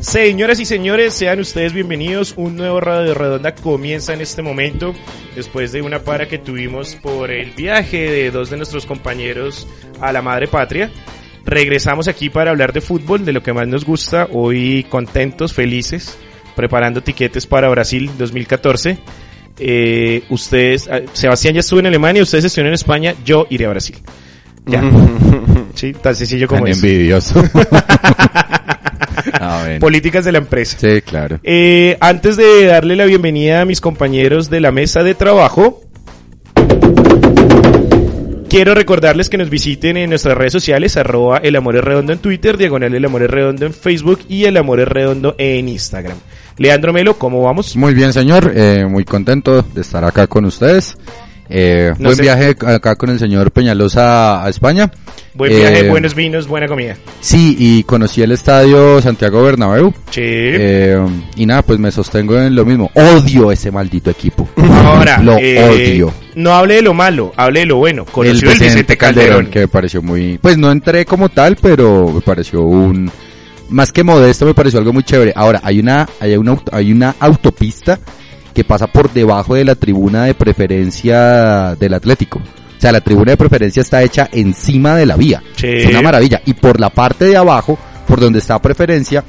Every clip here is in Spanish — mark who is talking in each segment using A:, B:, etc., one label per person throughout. A: Señoras y señores, sean ustedes bienvenidos. Un nuevo Radio Redonda comienza en este momento, después de una para que tuvimos por el viaje de dos de nuestros compañeros a la madre patria. Regresamos aquí para hablar de fútbol, de lo que más nos gusta. Hoy contentos, felices, preparando tiquetes para Brasil 2014. Eh, ustedes, ah, Sebastián ya estuvo en Alemania, ustedes estuvieron en España, yo iré a Brasil. Ya. sí, tan sencillo como
B: Tan
A: es.
B: envidioso. Ah, bueno.
A: Políticas de la empresa.
B: Sí, claro.
A: Eh, antes de darle la bienvenida a mis compañeros de la mesa de trabajo, quiero recordarles que nos visiten en nuestras redes sociales, arroba el amor es redondo en Twitter, diagonal el amor es redondo en Facebook y el amor es redondo en Instagram. Leandro Melo, ¿cómo vamos?
B: Muy bien, señor. eh, muy contento de estar acá con ustedes. Eh,
A: No
B: buen
A: sé.
B: viaje acá con el señor Peñalosa a España.
A: Buen
B: Eh,
A: viaje, buenos vinos, buena comida.
B: Sí, y conocí el estadio Santiago Bernabéu.
A: Sí.
B: Eh, y nada, pues me sostengo en lo mismo. Odio ese maldito equipo.
A: Ahora,
B: lo
A: eh,
B: odio.
A: no hable de lo malo, hable de lo bueno.
B: el
A: Conoció
B: presidente Calderón, que me pareció muy pues no entré como tal pero me pareció un más que modesto me pareció algo muy chévere ahora hay una hay una aut- hay una autopista que pasa por debajo de la tribuna de preferencia del Atlético o sea la tribuna de preferencia está hecha encima de la vía
A: Sí.
B: es una maravilla y por la parte de abajo por donde está preferencia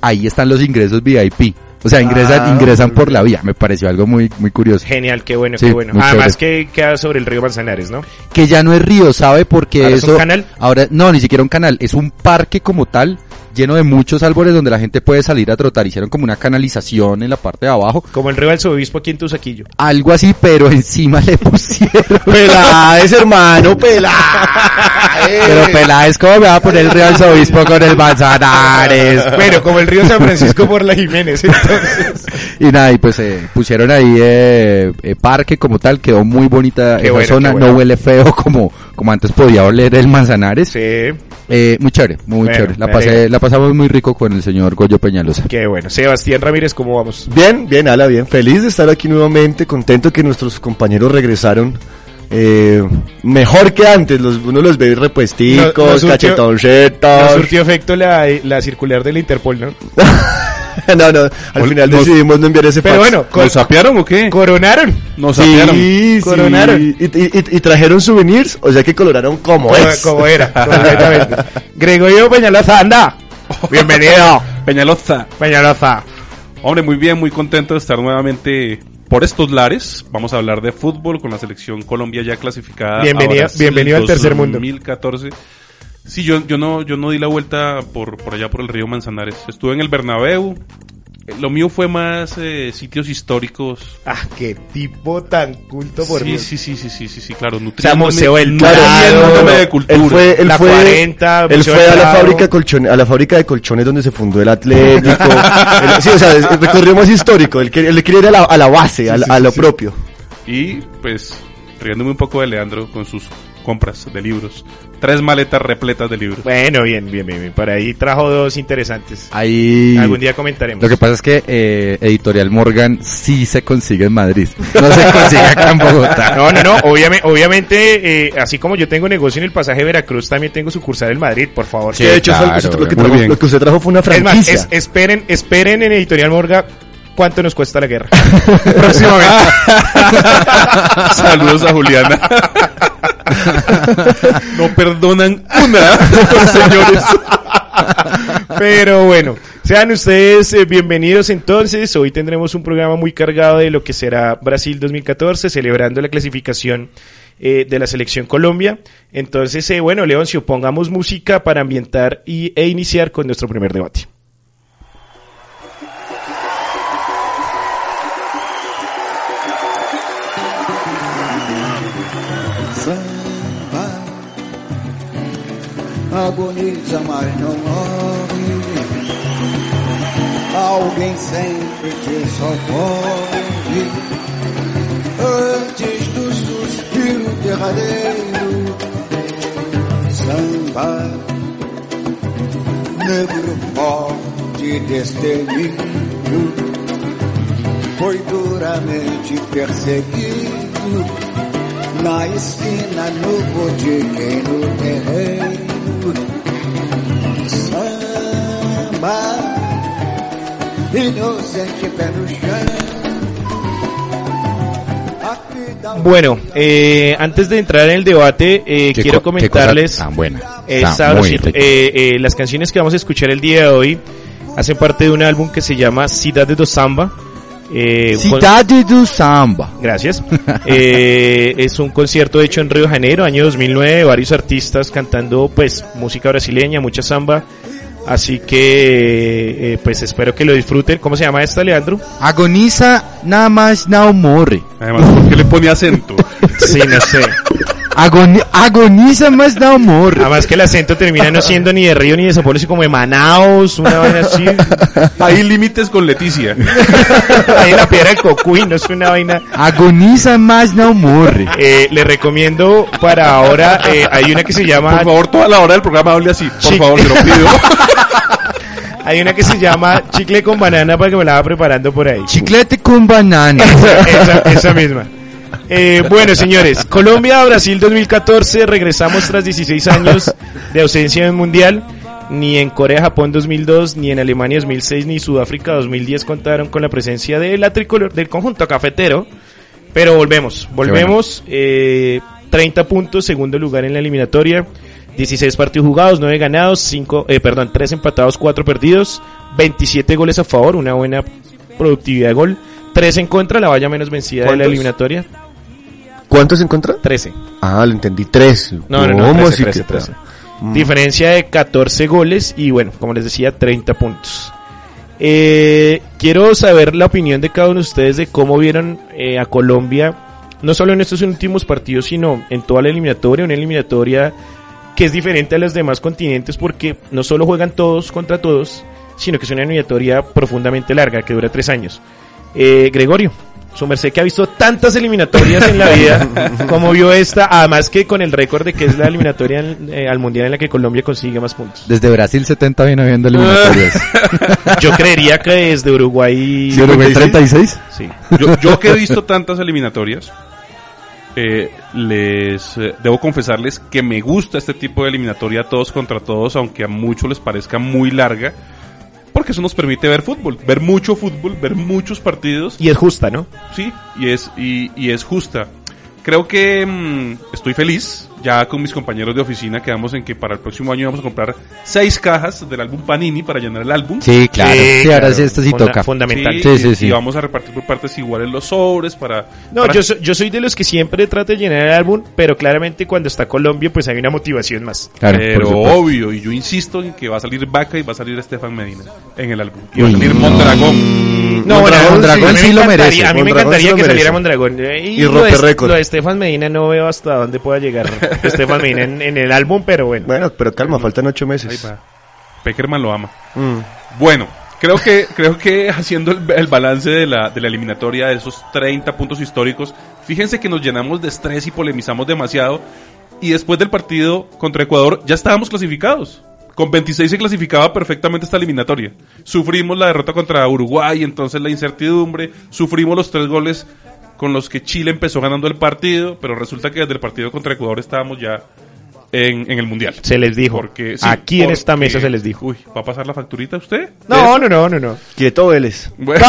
B: ahí están los ingresos VIP o sea ingresan
A: Ah,
B: ingresan por la vía me pareció algo muy muy curioso
A: Genial, qué bueno,
B: Sí,
A: qué bueno.
B: muy
A: Además que queda sobre el río Manzanares, ¿no?
B: que ya no es río, ¿sabe? Porque
A: ¿Ahora es un
B: eso...
A: canal?
B: Ahora, no, ni siquiera un canal, es un parque como tal, lleno de muchos árboles donde la gente puede salir a trotar. Hicieron como una canalización en la parte de abajo.
A: Como el río del Sobispo aquí en Tusaquillo.
B: Algo así, pero encima le pusieron...
C: Peláez, hermano, Peláez.
B: pero Peláez, ¿cómo me va a poner el río al obispo con el manzanares?
A: Bueno, como el río San Francisco por la Jiménez, entonces.
B: Y nada, y pues eh, pusieron ahí eh, eh, parque como tal, quedó muy bonita
A: Qué
B: esa
A: bueno,
B: zona,
A: qué bueno.
B: no huele feo como, como antes podía oler el manzanares.
A: Sí,
B: Eh, muy chévere, muy
A: Bueno,
B: chévere. La,
A: me
B: pasé,
A: alegro.
B: la pasamos muy rico con el señor Goyo Peñalosa.
A: qué bueno. Sebastián Ramírez, ¿cómo vamos?
C: Bien, bien, Ala, bien. Feliz de estar aquí nuevamente, contento que nuestros compañeros regresaron. eh, mejor que antes, los, uno los ve
A: No- no
C: repuesticos,
A: surtió- Nos
C: cachetoncitos.
A: surtió efecto la, la circular de la Interpol, ¿no?
C: no, no, al
D: Nos-
C: final decidimos no enviar ese
A: Pero
C: fax.
A: bueno,
D: ¿Nos sapearon o
A: Eh.
D: qué?
A: coronaron.
D: Nos
C: Sí,
D: sapearon.
C: sí.
A: Coronaron.
C: Y, y- y- y trajeron souvenirs, o sea que coloraron como,
A: Como,
C: es.
A: como era, completamente. Pues. Gregorio Peñaloza, anda. Bienvenido,
D: Peñaloza.
A: Peñaloza.
D: Hombre, muy bien, muy contento de estar nuevamente por estos lares. Vamos a hablar de fútbol con la selección Colombia ya clasificada.
A: Bienvenido-
D: a Brasil
A: bienvenido al tercer mundo.
D: 2014. Sí, yo, yo no, yo no di la vuelta por, por allá por el río Manzanares. Estuve en el Bernabéu. Eh, Lo mío fue más eh, sitios históricos.
A: Ah, qué tipo tan culto por
D: sí,
A: Dios.
D: sí, sí, sí, sí, sí, sí, claro.
A: Museo del
D: nutriéndome
A: Prado,
D: de cultura.
C: Él fue, él
A: La
C: fue,
A: 40,
C: él
A: Museo
C: fue a
A: del
C: la
A: Prado.
C: fábrica colchone- a la fábrica de colchones donde se fundó el Atlético. El- sí, o sea, es- recorrió más histórico. Él, quer- él quería ir a la, a la base, a, la- a lo propio.
D: Y pues, riéndome un poco de Leandro con sus compras de libros. Tres maletas repletas de libros.
A: Bueno, bien, bien, bien, bien. Por ahí trajo dos interesantes.
B: Ahí...
A: Algún día comentaremos.
B: Lo que pasa es que eh, Editorial Morgan sí se consigue en Madrid. No se consigue acá en Bogotá.
A: No, no, no, obviamente, obviamente eh, así como yo tengo negocio en el pasaje de Veracruz, también tengo sucursal en Madrid, por favor.
B: Sí,
C: de hecho, fue-
B: claro,
C: usted- lo, que
D: muy
C: trajo-
D: bien.
C: lo que usted trajo fue una
A: es más,
C: franquicia.
A: es- esperen, esperen en Editorial Morga cuánto nos cuesta la guerra. Próximamente.
D: Saludos a Juliana. no perdonan una, señores.
A: Pero bueno, sean ustedes eh, bienvenidos entonces. Hoy tendremos un programa muy cargado de lo que será Brasil 2014, celebrando la clasificación eh, de la selección Colombia. Entonces, eh, bueno, Leoncio, pongamos música para ambientar y, e iniciar con nuestro primer debate.
E: Samba agoniza, mas não morre. Alguém sempre te socorre. Antes do suspiro derradeiro, samba negro forte destemido. Foi duramente perseguido na esquina, no botequim, no terreiro. Samba, inocente pé no chão. Aqui dá um
A: Bueno, eh, antes de entrar en el debate, eh,
B: Qué
A: quiero
B: co- qué cosa
A: comentarles
B: tan buena.
A: Eh,
B: Está
A: sabrosito.
B: muy rica.
A: Eh, eh, las canciones que vamos a escuchar el día de hoy hacen parte de un álbum que se llama Cidade do Samba. Eh, un con-
B: Cidade do Samba.
A: Gracias. Eh, es un concierto hecho en Río de Janeiro, año 2009, varios artistas cantando pues música brasileña, mucha samba. Así que eh, pues espero que lo disfruten. ¿Cómo se llama esta, Leandro?
B: Agoniza nada más no morre.
D: Además, ¿por qué le pone acento?
A: Sí, no sé.
B: Agoni- agoniza más no morre.
A: Además que el acento termina no siendo ni de Río ni de Sao Paulo, sino como de Manaus, una vaina así.
D: Hay límites con Leticia.
A: Ahí en la piedra del Cocuy, no es una vaina.
B: Agoniza más no morre.
A: Eh, le recomiendo para ahora, eh, hay una que se llama...
D: Por favor, toda la hora del programa hable así. Por
A: Sí.
D: favor, te lo pido.
A: Hay una que se llama Chicle con Banana para que me la va preparando por ahí.
B: Chiclete con banana.
A: esa, esa misma. Eh, bueno, señores, Colombia-Brasil 2014, regresamos tras 16 años de ausencia en el Mundial. Ni en Corea-Japón 2002, ni en Alemania 2006, ni Sudáfrica 2010 contaron con la presencia de la tricolor del conjunto cafetero. Pero volvemos, volvemos. eh, 30 puntos, segundo lugar en la eliminatoria. 16 partidos jugados, 9 ganados, 5, eh, perdón, 3 empatados, 4 perdidos. 27 goles a favor, una buena productividad de gol. 3 en contra, la valla menos vencida de la
C: ¿Cuántos?
A: eliminatoria.
C: ¿Cuántos en contra?
A: 13.
C: Ah, lo entendí, tres.
A: No, no, no,
C: ¿Cómo
A: 13,
C: si
A: 13,
C: te-
A: 13. Diferencia de 14 goles y bueno, como les decía, 30 puntos. Eh, quiero saber la opinión de cada uno de ustedes de cómo vieron eh, a Colombia, no solo en estos últimos partidos, sino en toda la eliminatoria, una eliminatoria que es diferente a los demás continentes porque no solo juegan todos contra todos, sino que es una eliminatoria profundamente larga que dura tres años. Eh, Gregorio, su merced que ha visto tantas eliminatorias en la vida, como vio esta, además que con el récord de que es la eliminatoria eh, al mundial en la que Colombia consigue más puntos.
B: Desde Brasil 70 viene habiendo eliminatorias.
A: Yo creería que desde Uruguay.
B: ¿Sí, Uruguay 36?
A: Sí.
D: Yo, yo que he visto tantas eliminatorias, eh, les eh, debo confesarles que me gusta este tipo de eliminatoria todos contra todos, aunque a muchos les parezca muy larga, porque eso nos permite ver fútbol, ver mucho fútbol, ver muchos partidos,
A: Y es justa, ¿no?
D: sí, y es, y, y es justa. Creo que mm, estoy feliz, ya con mis compañeros de oficina quedamos en que para el próximo año vamos a comprar seis cajas del álbum Panini para llenar el álbum.
B: Sí, claro. Sí, ahora sí, esto sí
A: Funda-
B: toca.
A: Fundamental.
B: Sí, sí,
D: y-
B: sí.
D: Y vamos a repartir por partes iguales los sobres para...
A: No,
D: para-
A: yo, so- yo soy de los que siempre trato de llenar el álbum, pero claramente cuando está Colombia, pues hay una motivación más.
B: Claro,
D: Pero
B: por supuesto.
D: obvio, y yo insisto en que va a salir Vaca y va a salir Estefan Medina en el álbum. Y va a
B: Uy, Mm.
D: salir
B: no.
C: Mm,
D: Mondragón.
A: No, bueno,
B: Mondragón
A: Mm, a mí
B: sí
A: me
B: lo
A: encantaría-
B: merece,
A: A mí me
C: Mondragón
A: encantaría
C: sí lo
A: que saliera
C: merece.
A: Mondragón. eh,
C: Y rompe
A: lo de-
C: récord.
A: Lo de Estefan Medina no veo hasta dónde pueda llegar Estefan Medina en, en el álbum, pero bueno.
C: Bueno, pero calma, faltan ocho
D: Ahí
C: meses.
D: va. Peckerman lo ama.
C: Mm.
D: Bueno, creo que, creo que haciendo el, el balance de la, de la eliminatoria de esos 30 puntos históricos, fíjense que nos llenamos de estrés y polemizamos demasiado. Y después del partido contra Ecuador ya estábamos clasificados. Con 26 se clasificaba perfectamente esta eliminatoria. Sufrimos la derrota contra Uruguay, entonces la incertidumbre, sufrimos los tres goles con los que Chile empezó ganando el partido, pero resulta que desde el partido contra Ecuador estábamos ya en, en el Mundial.
A: Se les dijo.
D: Porque, sí,
A: Aquí en esta
D: porque-
A: mesa se les dijo.
D: Uy, ¿va a pasar la facturita usted?
A: No, no, no, no, no.
C: Quieto Vélez.
D: Bueno.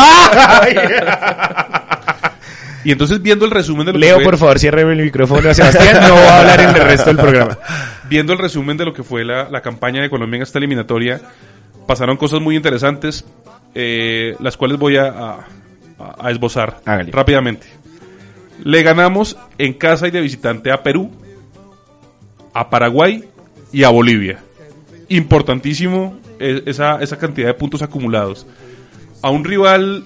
D: y entonces viendo el resumen de lo
A: Leo,
D: que fue,
A: por favor, cierre el micrófono a Sebastián. No va a hablar en el resto del programa.
D: viendo el resumen de lo que fue la, la campaña de Colombia en esta eliminatoria, pasaron cosas muy interesantes, eh, las cuales voy a, a- a esbozar
A: Hágale.
D: rápidamente. Le ganamos en casa y de visitante a Perú, a Paraguay y a Bolivia. Importantísimo eh, esa, esa cantidad de puntos acumulados. A un rival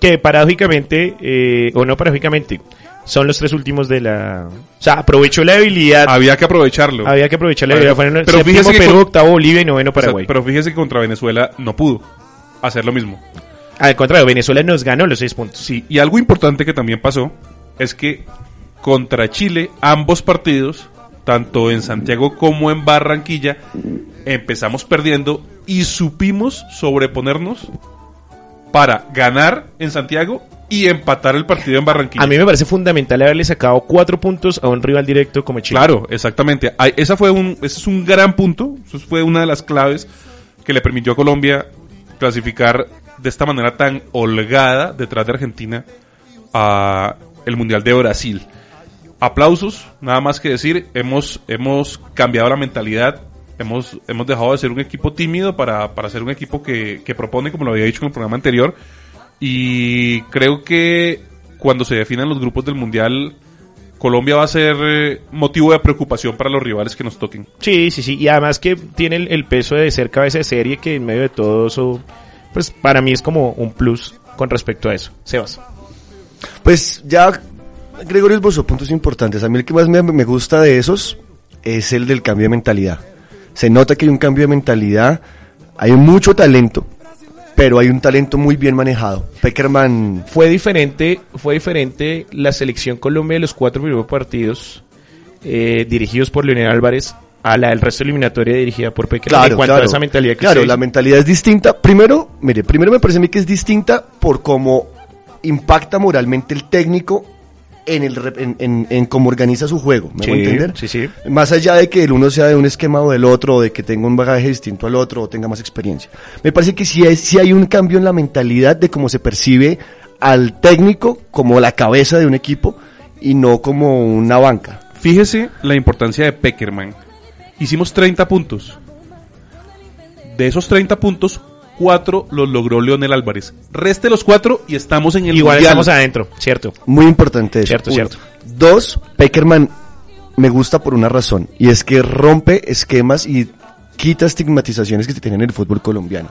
A: Que paradójicamente, eh, o no paradójicamente, son los tres últimos de la. O sea, aprovechó la debilidad.
D: había que aprovecharlo.
A: Había que aprovechar la
D: Había-
A: debilidad. Fueron
D: Ah, pero
A: séptimo
D: fíjese que
A: Perú,
D: con-
A: octavo Bolivia y noveno
D: O sea,
A: Paraguay.
D: pero fíjese que contra Venezuela no pudo hacer lo mismo.
A: Al contrario, Venezuela nos ganó los seis puntos.
D: Sí, y algo importante que también pasó es que contra Chile, ambos partidos, tanto en Santiago como en Barranquilla, empezamos perdiendo y supimos sobreponernos para ganar en Santiago y empatar el partido en Barranquilla.
A: A mí me parece fundamental haberle sacado cuatro puntos a un rival directo como Chile.
D: Claro, exactamente. Ay, Esa fue un, ese es un gran punto. Eso fue una de las claves que le permitió a Colombia clasificar de esta manera tan holgada detrás de Argentina a el Mundial de Brasil. Aplausos, nada más que decir, hemos, hemos cambiado la mentalidad, hemos, hemos dejado de ser un equipo tímido para, para ser un equipo que, que propone, como lo había dicho en el programa anterior, y creo que cuando se definan los grupos del Mundial, Colombia va a ser eh, motivo de preocupación para los rivales que nos toquen.
A: Sí, sí, sí. Y además que tiene el, el peso de ser cabeza de serie, que en medio de todo eso, pues para mí es como un plus con respecto a eso. Sebas.
C: Pues ya Gregorio esbozó puntos importantes. A mí el que más me, me gusta de esos es el del cambio de mentalidad. Se nota que hay un cambio de mentalidad, hay mucho talento, pero hay un talento muy bien manejado. Peckerman,
A: Fue diferente, fue diferente la selección Colombia de los cuatro primeros partidos eh, dirigidos por Leonel Álvarez a la del resto eliminatoria dirigida por Peque en cuanto a esa mentalidad que
C: claro,
A: usted
C: la
A: dice.
C: mentalidad es distinta. Primero, mire, primero me parece a mí que es distinta por cómo impacta moralmente el técnico en, el, re- en, en- en cómo organiza su juego. ¿Me voy a
A: Sí,
C: entender?
A: sí, sí.
C: Más allá de que el uno sea de un esquema o del otro, o de que tenga un bagaje distinto al otro, o tenga más experiencia. Me parece que sí, es, sí hay un cambio en la mentalidad de cómo se percibe al técnico como la cabeza de un equipo y no como una banca.
D: Fíjese la importancia de Peckerman. Hicimos 30 puntos. De esos 30 puntos, 4 los logró Leonel Álvarez. Reste los 4 y estamos en el
A: Igual
D: Mundial.
A: estamos adentro, cierto.
C: Muy importante eso.
A: Cierto,
C: uno.
A: cierto.
C: Dos, Peckerman me gusta por una razón, y es que rompe esquemas y quita estigmatizaciones que se tienen en el fútbol colombiano.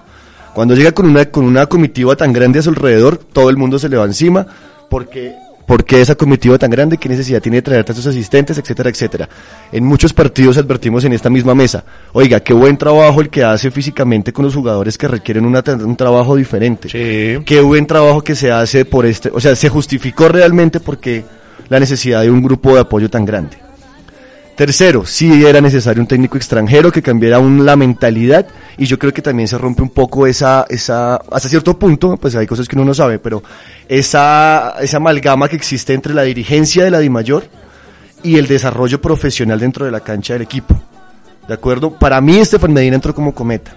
C: Cuando llega con una, con una comitiva tan grande a su alrededor, todo el mundo se le va encima, porque ¿por qué esa comitiva tan grande? ¿Qué necesidad tiene de traer tantos asistentes? Etcétera, etcétera. En muchos partidos advertimos en esta misma mesa, oiga, qué buen trabajo el que hace físicamente con los jugadores que requieren una tra- un trabajo diferente
A: Sí.
C: qué buen trabajo que se hace por este, o sea, se justificó realmente porque la necesidad de un grupo de apoyo tan grande. Tercero, sí era necesario un técnico extranjero que cambiara aún la mentalidad y yo creo que también se rompe un poco esa, esa, hasta cierto punto, pues hay cosas que uno no sabe, pero esa, esa amalgama que existe entre la dirigencia de la DIMAYOR y el desarrollo profesional dentro de la cancha del equipo. ¿De acuerdo? Para mí Estefan Medina entró como cometa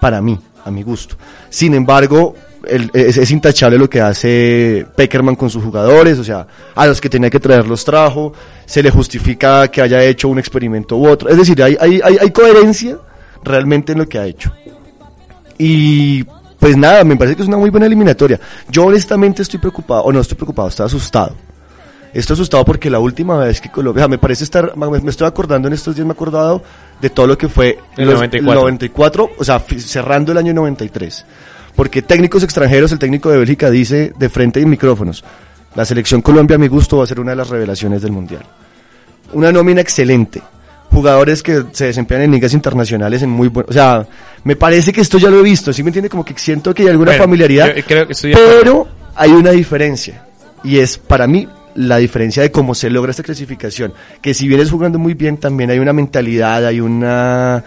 C: para mí, a mi gusto. Sin embargo, el- es, es intachable lo que hace Peckerman con sus jugadores, o sea, a los que tenía que traer los trajo, se le justifica que haya hecho un experimento u otro. Es decir, hay, hay, hay, hay coherencia realmente en lo que ha hecho. Y pues nada, me parece que es una muy buena eliminatoria. Yo honestamente estoy preocupado, o no estoy preocupado, estoy asustado. Estoy asustado porque la última vez que Colombia, o sea, me parece estar, me, me estoy acordando en estos días, me he acordado de todo lo que fue
A: El
C: los-
A: 94.
C: 94, o sea, fi- cerrando el año 93. Porque técnicos extranjeros, el técnico de Bélgica dice de frente y en micrófonos, la selección Colombia a mi gusto va a ser una de las revelaciones del Mundial. Una nómina excelente. Jugadores que se desempeñan en ligas internacionales en muy buen... O sea, me parece que esto ya lo he visto, ¿sí me entiende? Como que siento que hay alguna
A: Bueno,
C: familiaridad.
A: yo creo que estoy de
C: pero hay una diferencia. Y es, para mí, la diferencia de cómo se logra esta clasificación. Que si vienes jugando muy bien, también hay una mentalidad, hay una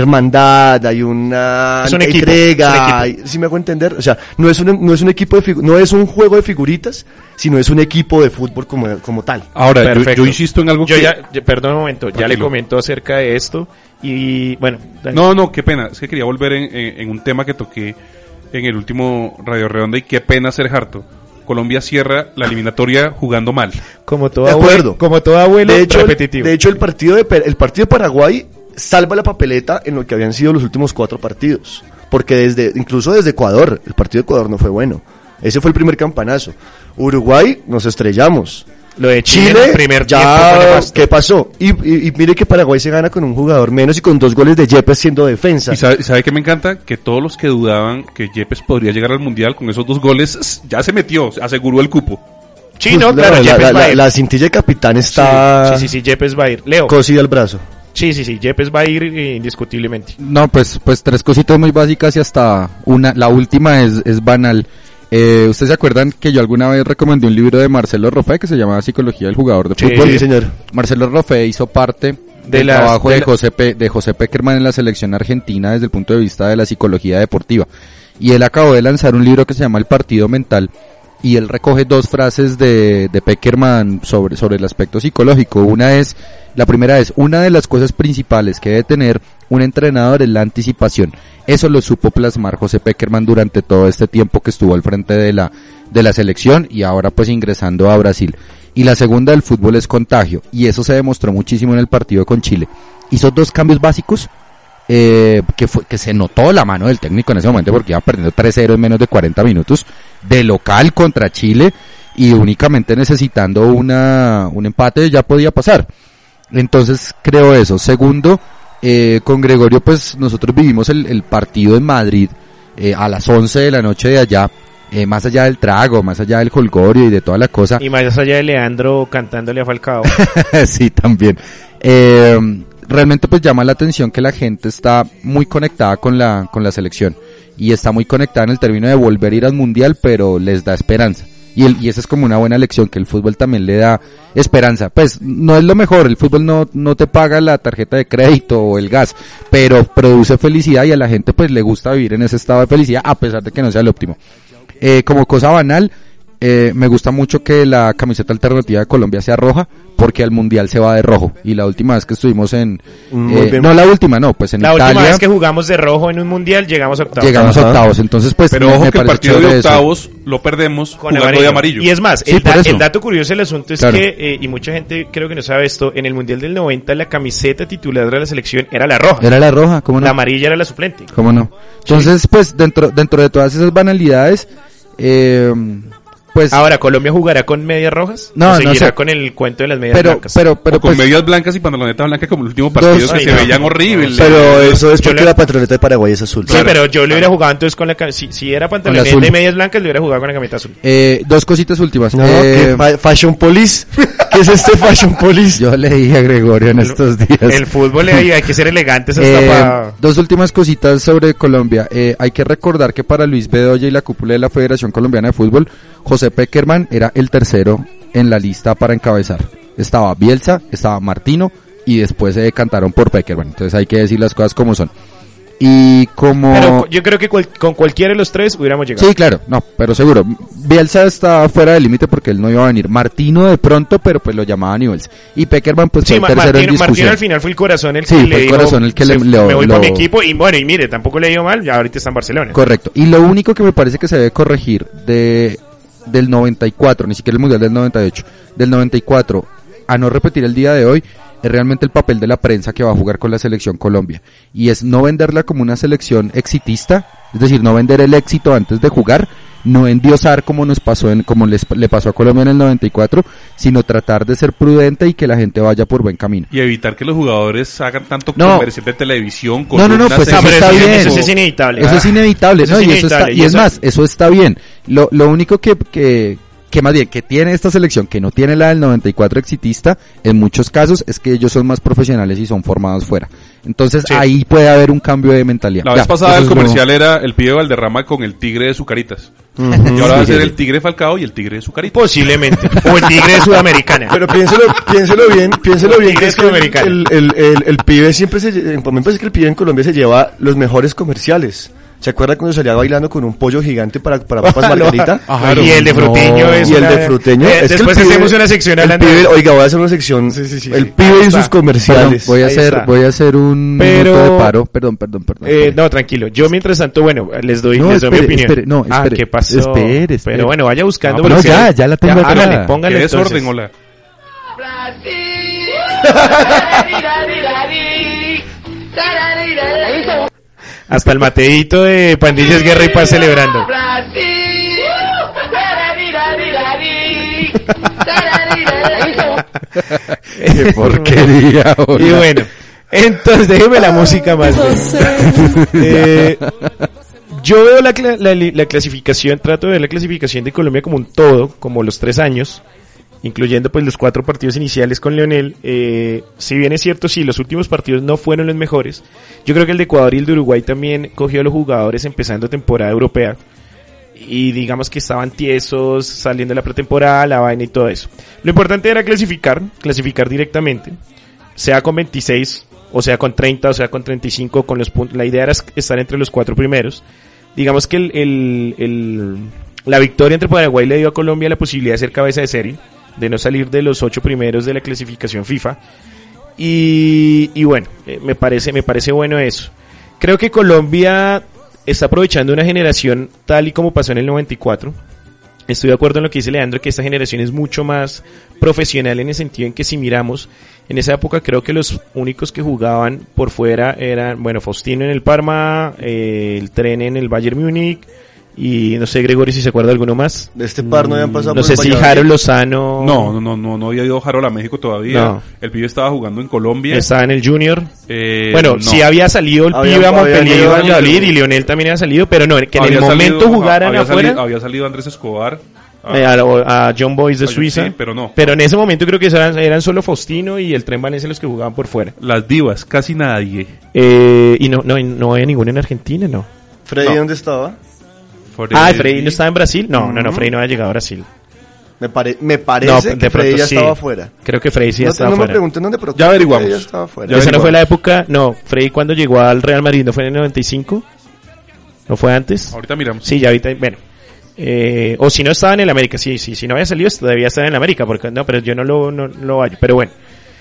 C: hermandad, hay una
A: Es un equipo, es un equipo.
C: entrega, hay- si me hago entender, o sea, no es un, no es un equipo de figu- no es un juego de figuritas, sino es un equipo de fútbol como, como tal.
D: Ahora, yo,
A: Perfecto.
D: yo insisto en algo
A: Yo
D: que...
A: ya, ya- perdón un momento, ya le
D: Tranquilo.
A: comento acerca de esto y bueno,
D: No, no, qué pena. Es que quería volver en, en- en un tema que toqué en el último Radio Redonda y qué pena ser harto. Colombia cierra la eliminatoria jugando mal.
A: como todo
C: De
A: abue-
C: acuerdo.
A: como todo abuelo
C: de hecho, el-
A: repetitivo.
C: de hecho, el partido de Per- el partido de Paraguay salva la papeleta en lo que habían sido los últimos cuatro partidos, porque desde incluso desde Ecuador, el partido de Ecuador no fue bueno. Ese fue el primer campanazo. Uruguay nos estrellamos.
A: lo de Chile, en
C: Chile,
A: el primer tiempo fue
C: ya,
A: nefasto.
C: ¿qué pasó? Y, y- y mire que Paraguay se gana con un jugador menos y con dos goles de Yepes siendo defensa.
D: ¿Y sabe, sabe qué me encanta? Que todos los que dudaban que Yepes podría llegar al Mundial con esos dos goles, s- ya se metió, se aseguró el cupo.
A: Sí, no,
C: Uf,
A: claro,
C: pues, la,
A: Yepes
C: la-
A: va a
C: la-
A: ir.
C: la cintilla de capitán está
A: Sí, sí, sí, Yepes va a ir. Leo.
C: cosida al brazo.
A: Sí, sí, sí, Yepes va a ir eh, indiscutiblemente.
B: No, pues, pues tres cositas muy básicas y hasta una. La última es, es banal. Eh, ¿Ustedes se acuerdan que yo alguna vez recomendé un libro de Marcelo Rofe que se llamaba Psicología del Jugador de
A: Sí.
B: Fútbol?
C: Sí, señor.
B: Marcelo Rofe hizo parte
A: De
B: del
A: las-
B: trabajo
A: de
B: de,
A: la-
B: José Pe- de José Peckerman en la selección argentina desde el punto de vista de la psicología deportiva. Y él acabó de lanzar un libro que se llama El Partido Mental. Y él recoge dos frases de, de Peckerman sobre, sobre el aspecto psicológico. Una es, la primera es, una de las cosas principales que debe tener un entrenador es la anticipación. Eso lo supo plasmar José Peckerman durante todo este tiempo que estuvo al frente de la, de la selección y ahora pues ingresando a Brasil. Y la segunda del fútbol es contagio. Y eso se demostró muchísimo en el partido con Chile. Hizo dos cambios básicos eh, que, fue, que se notó la mano del técnico en ese momento porque iba perdiendo 3-0 en menos de 40 minutos de local contra Chile y únicamente necesitando una, un empate ya podía pasar. Entonces creo eso. Segundo, eh, con Gregorio pues nosotros vivimos el, el partido en Madrid eh, a las 11 de la noche de allá. eh, más allá del trago, más allá del colgorio y de toda la cosa,
A: Y más allá de Leandro cantándole a Falcao.
B: sí, también. Eh, realmente pues llama la atención que la gente está muy conectada con la, con la selección y está muy conectada en el término de volver a ir al mundial, pero les da esperanza. Y, el, y esa es como una buena lección, que el fútbol también le da esperanza. Pues no es lo mejor, el fútbol no, no te paga la tarjeta de crédito o el gas, pero produce felicidad y a la gente pues le gusta vivir en ese estado de felicidad a pesar de que no sea el óptimo. Eh, como cosa banal, eh, me gusta mucho que la camiseta alternativa de Colombia sea roja, porque al mundial se va de rojo. Y la última vez que estuvimos en.
C: Muy
B: eh,
C: bien.
B: no, la última, no, pues en
A: La
B: Italia.
A: última vez que jugamos de rojo en un mundial llegamos a octavos.
B: Llegamos a
C: Ajá.
B: octavos, entonces pues
D: Pero
B: me-
D: ojo
B: me
D: que el
B: parece
D: partido de
B: chévere eso.
D: octavos lo perdemos
A: con
D: jugando
A: amarillo.
D: de amarillo.
A: Y es más,
B: Sí,
A: el,
B: por
A: da-
B: eso.
A: el dato curioso del asunto es
B: Claro.
A: que, eh, y mucha gente creo que no sabe esto, en el Mundial del 90 la camiseta titular de la selección era la roja,
B: Era la roja, ¿cómo no?
A: la amarilla era la suplente.
B: ¿Cómo no? Entonces, pues dentro, dentro de todas esas banalidades, eh, pues.
A: Ahora, ¿Colombia jugará con medias rojas?
B: No,
A: ¿O
B: no
A: seguirá
B: sé.
A: con el cuento de las medias
B: pero,
A: blancas?
B: pero, pero,
D: O con
B: pues,
D: medias blancas y pantalonetas blancas como el último partido
B: Dos-
D: que
A: Ay,
D: se
A: no.
D: veían horribles.
C: Pero eso es
A: Yo
C: porque
A: le-
C: la patroneta de Paraguay es azul.
A: Sí, pero yo le hubiera jugado entonces con la cam- si, si era pantaloneta
B: azul.
A: y medias blancas, le hubiera jugado con la camiseta azul.
B: eh, dos cositas últimas.
C: No,
B: Eh,
C: ¿qué fa- Fashion Police. ¿Qué es este Fashion Police?
B: yo le dije a Gregorio en estos días.
A: El fútbol hay, hay que ser elegantes hasta
B: Eh,
A: para...
B: Dos últimas cositas sobre Colombia. Eh, hay que recordar que para Luis Bedoya y la cúpula de la Federación Colombiana de Fútbol, José Peckerman era el tercero en la lista para encabezar. Estaba Bielsa, estaba Martino y después se decantaron por Peckerman. Entonces hay que decir las cosas como son. Y como...
A: Pero yo creo que cual- con cualquiera de los tres hubiéramos llegado.
B: Sí, claro, no, pero seguro. Bielsa está fuera del límite porque él no iba a venir. Martino de pronto, pero pues lo llamaba Newells. Y Peckerman pues
A: Sí,
B: fue el
A: Ma-
B: tercero en
A: Martín, Martín
B: discusión.
A: al final fue el corazón el que
B: Sí,
A: le
B: fue el
A: dijo,
B: corazón el que le-
A: "Se-
B: lo-
A: me voy
B: lo-
A: para mi equipo y bueno, y mire, tampoco le dio mal, ya ahorita está en Barcelona.
B: Correcto. Y lo único que me parece que se debe corregir de del 94, ni siquiera el Mundial del 98, del 94, a no repetir el día de hoy, es realmente el papel de la prensa que va a jugar con la selección Colombia. Y es no venderla como una selección exitista, es decir, no vender el éxito antes de jugar, no endiosar como nos pasó en, como les, le pasó a Colombia en el 94, sino tratar de ser prudente y que la gente vaya por buen camino.
D: Y evitar que los jugadores hagan tanto
B: No.
D: comercial de televisión.
B: No, no, no,
D: columnas
B: pues
D: en
B: eso
A: pero
D: Facebook.
B: está
A: eso-
B: bien.
A: eso sí es inevitable. Ah,
B: Eso es inevitable,
A: Eso
B: ¿no?
A: es
B: y, eso está,
A: inevitable,
B: y
A: y
B: es
A: eso-
B: más, eso está bien. Lo, lo único que, que, que más bien, que tiene esta selección, que no tiene la del 94 exitista, en muchos casos, es que ellos son más profesionales y son formados fuera. Entonces
A: Sí.
B: ahí puede haber un cambio de mentalidad.
D: La vez
B: Ya,
D: pasada
B: eso
D: el
B: es lo-
D: comercial era el pibe Valderrama con el tigre de Sucaritas. Y ahora va a ser el tigre Falcao y el tigre de Sucaritas.
A: Posiblemente. O el tigre de Sudamericana.
C: Pero piénselo, piénselo bien, piénselo bien que es que
A: Latinoamericano.
C: el, el, el- el pibe siempre se lle- a mí me parece que el pibe en Colombia se lleva los mejores comerciales. ¿Se acuerda cuando salía bailando con un pollo gigante para, para papas margarita? Oh,
A: y el de Frutiño
B: No.
A: es
C: y el
A: una-
C: de fruteño.
A: Eh,
C: Es que el
A: después
C: pibe-
A: hacemos una sección
C: el
A: hablando.
C: pibe- oiga, voy a hacer una sección. El
A: Ahí
C: pibe y
A: está.
C: sus
B: Perdón,
C: comerciales.
B: voy a
A: Ahí
B: hacer,
A: está.
B: voy a hacer un
A: Pero-
B: minuto de paro. Perdón, perdón, perdón.
A: Eh, no, tranquilo. Yo mientras tanto, bueno, les doy,
B: No,
A: les doy mi
B: espere,
A: opinión.
B: espere, no,
A: ah,
B: espere,
A: ¿qué pasó?
B: espere, espere.
A: Pero bueno, vaya buscando.
B: No, pero
A: porque-
B: ya, ya la tengo acá.
A: hágale,
D: Qué
A: póngale
D: desorden,
A: entonces.
D: hola.
A: Hasta el mateíto de Pandillas Guerra y Paz celebrando.
B: Qué porquería. hola.
A: Y bueno, entonces déjeme la música más. bien. Eh, yo veo la, cla- la li- la clasificación, trato de ver la clasificación de Colombia como un todo, como los tres años, incluyendo pues los cuatro partidos iniciales con Leonel. Eh, si bien es cierto, sí, los últimos partidos no fueron los mejores. Yo creo que el de Ecuador y el de Uruguay también cogió a los jugadores empezando temporada europea y digamos que estaban tiesos, saliendo de la pretemporada, la vaina y todo eso. Lo importante era clasificar, clasificar directamente, sea con 26, o sea con 30, o sea con 35, con los puntos. La idea era es- estar entre los cuatro primeros. Digamos que el, el- el- la victoria entre Paraguay le dio a Colombia la posibilidad de ser cabeza de serie, de no salir de los ocho primeros de la clasificación FIFA. Y, y bueno, eh, me parece, me parece bueno eso. Creo que Colombia está aprovechando una generación tal y como pasó en el 94. Estoy de acuerdo en lo que dice Leandro, que esta generación es mucho más profesional en el sentido en que si miramos, en esa época creo que los únicos que jugaban por fuera eran, bueno, Faustino en el Parma, eh, el Tren en el Bayern Múnich y no sé, Gregorio, si se acuerda de alguno más.
C: De este par no habían pasado
A: No
C: por
A: sé
C: el
A: si
C: Valladolid.
A: Harold Lozano
D: No, no, no, no, no había ido Harold a México todavía.
A: No.
D: El pibe estaba jugando en Colombia.
A: estaba en el Junior.
D: Eh,
A: Bueno,
D: no.
A: sí había salido el
C: Había-
A: pibe a
C: había
A: Montpellier y
C: ido
A: a
D: Andrés.
A: Valladolid y Leonel también había salido, pero no, que en el
D: Había
A: momento
D: salido-
A: jugaran
D: había
A: afuera
D: Salido, había salido Andrés Escobar. Ah,
A: eh, a, la- a John Boys de
D: Ah, yo
A: Suiza.
D: sí, pero no.
A: en ese momento creo que eran, eran solo Faustino y el Tren Valencia los que jugaban por fuera.
D: Las divas, casi nadie.
A: Eh, y no, no, y no había ninguno en Argentina, no.
C: Freddy,
D: No.
C: ¿dónde estaba?
D: Eh,
A: Ah, Freddy no estaba en Brasil. No, no, no, Freddy no había llegado a Brasil.
C: Me, pare- me parece que Freddy ya
A: sí.
C: estaba afuera.
A: Creo que Freddy sí
C: no,
A: estaba
C: no me
A: fuera.
C: pregunten dónde, pero
D: Ya averiguamos.
C: Freddy ya estaba afuera.
D: Ya
A: Esa no
D: averiguamos.
A: fue la época. No, Freddy cuando llegó al Real Madrid no fue en el 95. No fue antes.
D: Ahorita miramos.
A: Sí, ya ahorita, bueno. Eh, o si no estaba en el América, sí, sí, si no había salido, debía estar en el América, porque no, pero yo no lo, no, no lo hallo. Pero bueno,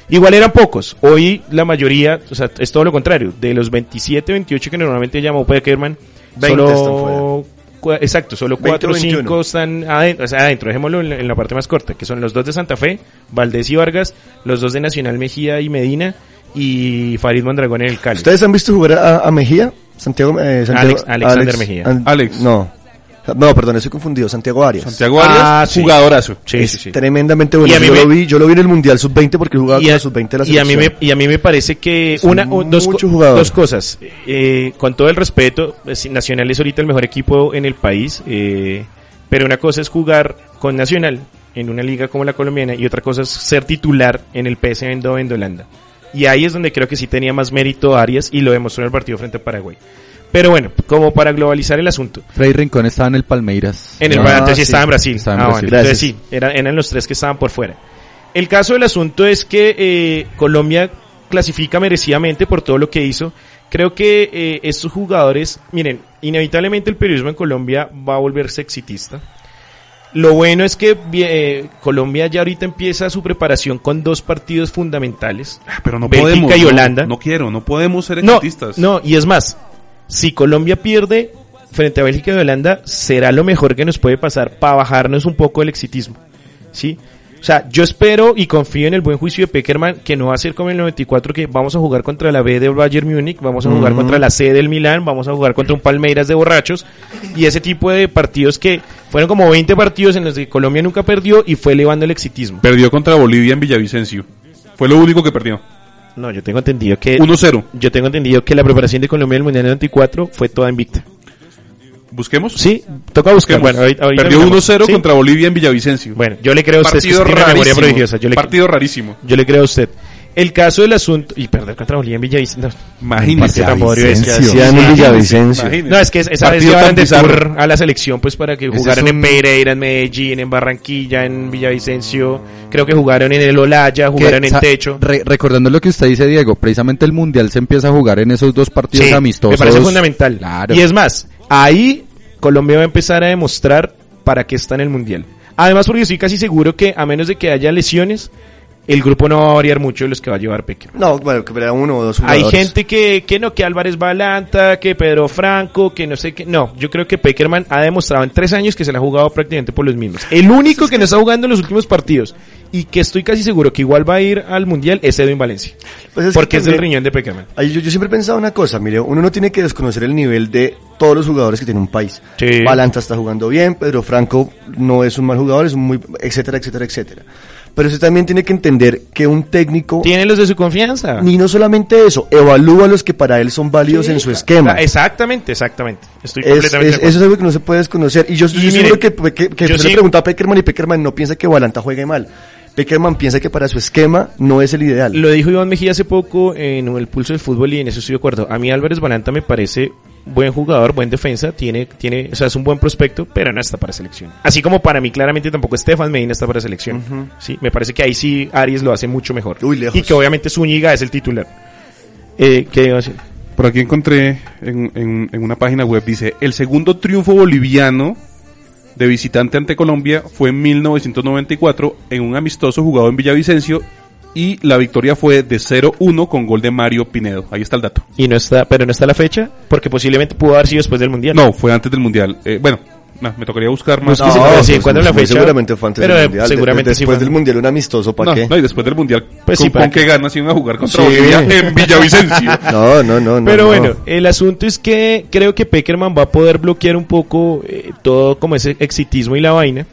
A: igual eran pocos. Hoy la mayoría, o sea, es todo lo contrario. De los 27, 28 que normalmente llamó Peckerman,
C: 20 están
A: solo. cua-
C: fuera.
A: Exacto, solo
C: 20 o
A: 4 o 5
C: 21.
A: están adentro, o sea, adentro, dejémoslo en la, en la parte más corta, que son los dos de Santa Fe, Valdés y Vargas, los dos de Nacional Mejía y Medina, y Farid Mondragón en el Cali.
C: ¿Ustedes han visto jugar a, a Mejía? Santiago, eh, Santiago-
A: Alex- Alexander Mejía.
C: An-
D: Alex.
C: No. No, perdón, estoy confundido. Santiago Arias.
D: Santiago Arias,
A: Ah, sí.
D: jugadorazo.
A: Sí,
C: es
A: sí, sí.
C: tremendamente bueno.
A: Y a mí
C: Yo, lo
A: me-
C: vi, yo lo vi en el Mundial Sub-20 porque jugaba
A: y
C: con
A: a,
C: la Sub-20 de la
A: y a mí
C: selección.
A: me y a mí me parece que
C: Son
A: una o- dos, co-
C: muchos jugadores.
A: dos cosas Eh, con todo el respeto pues, Nacional es ahorita el mejor equipo en el país eh, pero una cosa es jugar con Nacional en una liga como la colombiana y otra cosa es ser titular en el PSV Eindhoven de Holanda y ahí es donde creo que sí tenía más mérito Arias y lo demostró en el partido frente a Paraguay pero bueno como para globalizar el asunto
B: Freddy Rincón estaba en el Palmeiras.
A: en el
C: Ah,
A: Bayern, entonces sí
C: sí.
A: estaba en Brasil.
B: Estaba en
A: Ah,
B: Brasil.
A: bueno, entonces sí,
C: Gracias.
A: eran, eran los tres que estaban por fuera. El caso del asunto es que eh, Colombia clasifica merecidamente por todo lo que hizo. Creo que eh, estos jugadores, miren, inevitablemente el periodismo en Colombia va a volverse exitista. Lo bueno es que eh, Colombia ya ahorita empieza su preparación con dos partidos fundamentales.
D: Ah, Pero no
A: Bélgica
D: podemos.
A: y
D: no,
A: Holanda.
D: No, quiero, no podemos ser
A: No,
D: exitistas.
A: no, y es más, si Colombia pierde frente a Bélgica y Holanda, será lo mejor que nos puede pasar para bajarnos un poco el exitismo. ¿Sí? O sea, yo espero y confío en el buen juicio de Peckerman que no va a ser como el 94 que vamos a jugar contra la B del Bayern Múnich, vamos a jugar contra la C del Milán, vamos a jugar contra un Palmeiras de borrachos y ese tipo de partidos que fueron como 20 partidos en los que Colombia nunca perdió y fue elevando el exitismo.
D: Perdió contra Bolivia en Villavicencio. Fue lo único que perdió.
A: No, yo tengo entendido que
D: 1-0.
A: yo tengo entendido que la preparación de Colombia del Mundial 94 fue toda invicta.
D: Busquemos.
A: Sí, toca buscar.
D: Busquemos.
A: Bueno, ahorita, ahorita
D: perdió
A: miramos.
D: 1-0
A: Sí.
D: contra Bolivia en Villavicencio.
A: Bueno, yo le creo a usted es que
D: partido
A: usted tiene memoria
D: rarísimo.
A: prodigiosa. Yo le,
D: partido rarísimo.
A: yo le creo a usted. El caso del asunto. Y perder contra Bolivia en Villavicencio. No,
D: Imagínese.
A: Partido tan podrido es que
B: Villavicencio.
A: hacía.
C: Hacían en Villavicencio.
D: Imagínese.
A: No, es que esa vez
D: Partido
A: llevaron
D: tan
A: de
D: bizarro.
A: tour a la selección pues para que
D: Ese
A: jugaran
D: es
A: en
D: un-
A: Pereira, en Medellín, en Barranquilla, en Villavicencio. Creo que jugaron en el Olaya, jugaron
B: Que,
A: en
B: sa-
A: Techo.
B: re- recordando lo que usted dice, Diego, precisamente el Mundial se empieza a jugar en esos dos partidos
A: Sí,
B: amistosos.
A: Me parece fundamental.
B: Claro.
A: Y es más, ahí Colombia va a empezar a demostrar para qué está en el Mundial. Además, porque estoy casi seguro que a menos de que haya lesiones, el grupo no va a variar mucho de los que va a llevar Peque.
C: No, bueno, que era uno o dos
A: Hay
C: jugadores.
A: gente que, que no, que Álvarez Balanta, que Pedro Franco, que no sé qué. No, yo creo que Peckerman ha demostrado en tres años que se la ha jugado prácticamente por los mismos. El único que no está jugando en los últimos partidos y que estoy casi seguro que igual va a ir al Mundial es Edwin Valencia.
C: Pues es que
A: porque es del
C: también-
A: riñón de Peckerman.
C: Ay, Yo, yo siempre he pensado una cosa, mire, uno no tiene que desconocer el nivel de todos los jugadores que tiene un país.
A: Sí.
C: Balanta está jugando bien, Pedro Franco no es un mal jugador, es un muy, etcétera, etcétera, etcétera. Pero usted también tiene que entender que un técnico,
A: Tiene los de su confianza.
C: ni no solamente eso, evalúa los que para él son válidos en su esquema.
A: Ah, Exactamente, exactamente. Estoy
C: Es-
A: completamente
C: es-
A: de
C: eso
A: acuerdo.
C: es algo que no se puede desconocer. Y yo estoy
A: Y
C: seguro
A: mire,
C: que, que, que
A: yo
C: usted
A: sí-
C: le pregunta a Peckerman y Peckerman no piensa que Balanta juegue mal. Peckerman piensa que para su esquema no es el ideal.
A: Lo dijo Iván Mejía hace poco en el pulso del fútbol y en eso estoy de acuerdo. A mí Álvarez Balanta me parece buen jugador, buen defensa, tiene, tiene, o sea, es un buen prospecto, pero no está para selección. Así como para mí claramente tampoco Estefan Medina está para selección. Sí, me parece que ahí sí Arias lo hace mucho mejor.
C: Uy, lejos.
A: Y que obviamente Zúñiga es el titular. Eh, ¿Qué iba a decir?
D: Por aquí encontré en, en- en una página web, dice, el segundo triunfo boliviano de visitante ante Colombia fue en 1994 en un amistoso jugado en Villavicencio Y la victoria fue de 0-1 con gol de Mario Pinedo. Ahí está el dato.
A: Y no está, pero no está la fecha, porque posiblemente pudo haber sido después del mundial.
D: No, fue antes del Mundial. Eh, bueno, no, me tocaría buscar más.
A: Busque si- pero sí,
C: pues,
A: ¿cuándo es la
C: muy
A: fecha?
C: Seguramente fue antes
A: Pero,
C: del
A: eh,
C: mundial. De-
A: seguramente sí
C: después
A: fue.
C: del mundial, un amistoso, ¿para
D: No,
C: qué?
D: no, y después del Mundial,
A: Pues
D: ¿con,
A: sí, ¿para
D: con qué ganas iban a jugar contra
C: Sí.
D: Bolivia en Villavicencio?
C: No, no, no. no,
A: Pero
C: no.
A: bueno, el asunto es que creo que Peckerman va a poder bloquear un poco eh, todo como ese exitismo y la vaina.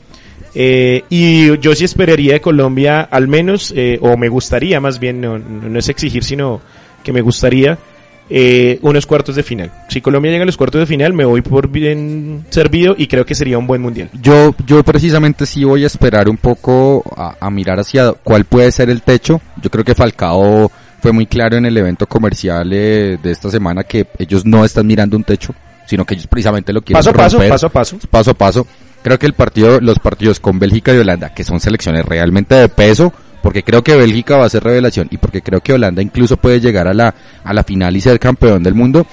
A: Eh, y yo sí esperaría de Colombia, al menos, eh, o me gustaría más bien, no, no no es exigir, sino que me gustaría eh, unos cuartos de final. Si Colombia llega a los cuartos de final, me voy por bien servido y creo que sería un buen mundial.
B: Yo, yo precisamente sí voy a esperar un poco a, a mirar hacia cuál puede ser el techo. Yo creo que Falcao fue muy claro en el evento comercial eh, de esta semana que ellos no están mirando un techo, sino que ellos precisamente lo quieren
A: Paso a paso,
B: romper.
A: paso a paso.
B: paso a paso. Creo que el partido, los partidos con Bélgica y Holanda, que son selecciones realmente de peso, porque creo que Bélgica va a ser revelación y porque creo que Holanda incluso puede llegar a la, a la final y ser campeón del mundo,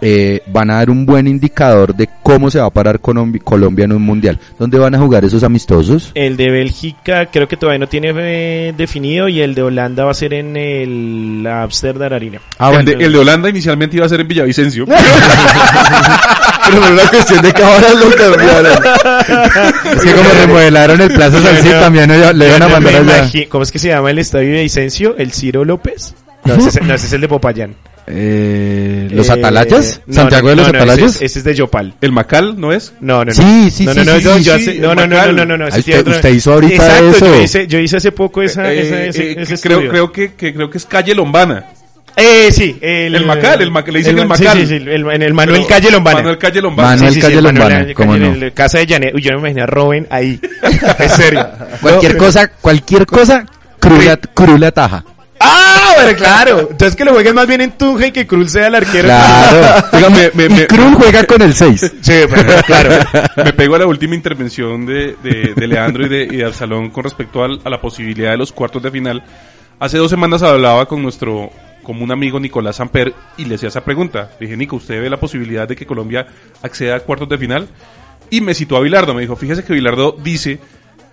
B: eh, van a dar un buen indicador de cómo se va a parar Colombi- Colombia en un mundial. ¿Dónde van a jugar esos amistosos?
A: El de Bélgica creo que todavía no tiene eh, definido y el de Holanda va a ser en el Amsterdam Arena.
B: Ah,
D: el,
B: bueno,
D: de, el de Holanda inicialmente iba a ser en Villavicencio.
C: Pero por una cuestión de que ahora lo cambiaron.
B: es que como remodelaron el Plaza
A: Yo
B: Salcid
A: no-
B: también ellos le van a
A: Yo no me
B: mandar allá.
A: imagi- ¿Cómo es que se llama el estadio de Vicencio? ¿El Ciro López? No, ese, es- no, ese es el de Popayán.
B: Eh, ¿Los
A: Eh,
B: Atalayas?
A: no,
B: ¿Santiago de
A: no,
B: los
A: no,
B: Atalayas?
A: Ese es, ese es de Yopal.
D: ¿El Macal no es?
A: No, no, no.
B: Sí, sí,
A: no,
B: sí,
A: no, no,
B: sí,
A: no,
B: sí,
A: yo
B: sí,
A: hace- no, no, no, no, no, no, no, ese
B: Ahí
A: tiene
B: usted-
A: otro-
B: usted hizo ahorita
A: Exacto, Yo
B: eso.
A: hice, yo hice hace poco esa,
D: Eh,
A: esa- ese,
D: eh,
A: ese
D: creo,
A: estudio.
D: creo que, que- creo que es calle Lombana.
A: Eh, sí. El,
D: El Macal, el Mac- le dicen el
A: Ma- sí,
D: Macal.
A: sí, sí, el- en el Manuel
D: Pero-
A: Calle Lombana.
D: Manuel Calle Lombana.
B: Manuel- Calle
A: el
B: Lombana,
A: Calle-
B: cómo no.
A: el- el- Casa de Janet. Uy, yo no me imaginé a Robin ahí. en serio.
B: Cualquier cosa, cualquier cosa, Crula, Crula taja.
A: ¡Ah! Pero claro. Entonces que lo jueguen más bien en Tunja y que Krul sea el arquero.
B: Claro.
D: Oiga, me, me-
B: Y
D: me-
B: Krul juega con el 6.
A: Sí, pero claro.
D: me pego a la última intervención de, de- de Leandro y de, y de Absalón con respecto al- a la posibilidad de los cuartos de final. Hace dos semanas hablaba con nuestro con un amigo Nicolás Samper y le hacía esa pregunta. Le dije, Nico, ¿usted ve la posibilidad de que Colombia acceda a cuartos de final? Y me citó a Bilardo. Me dijo, fíjese que Bilardo dice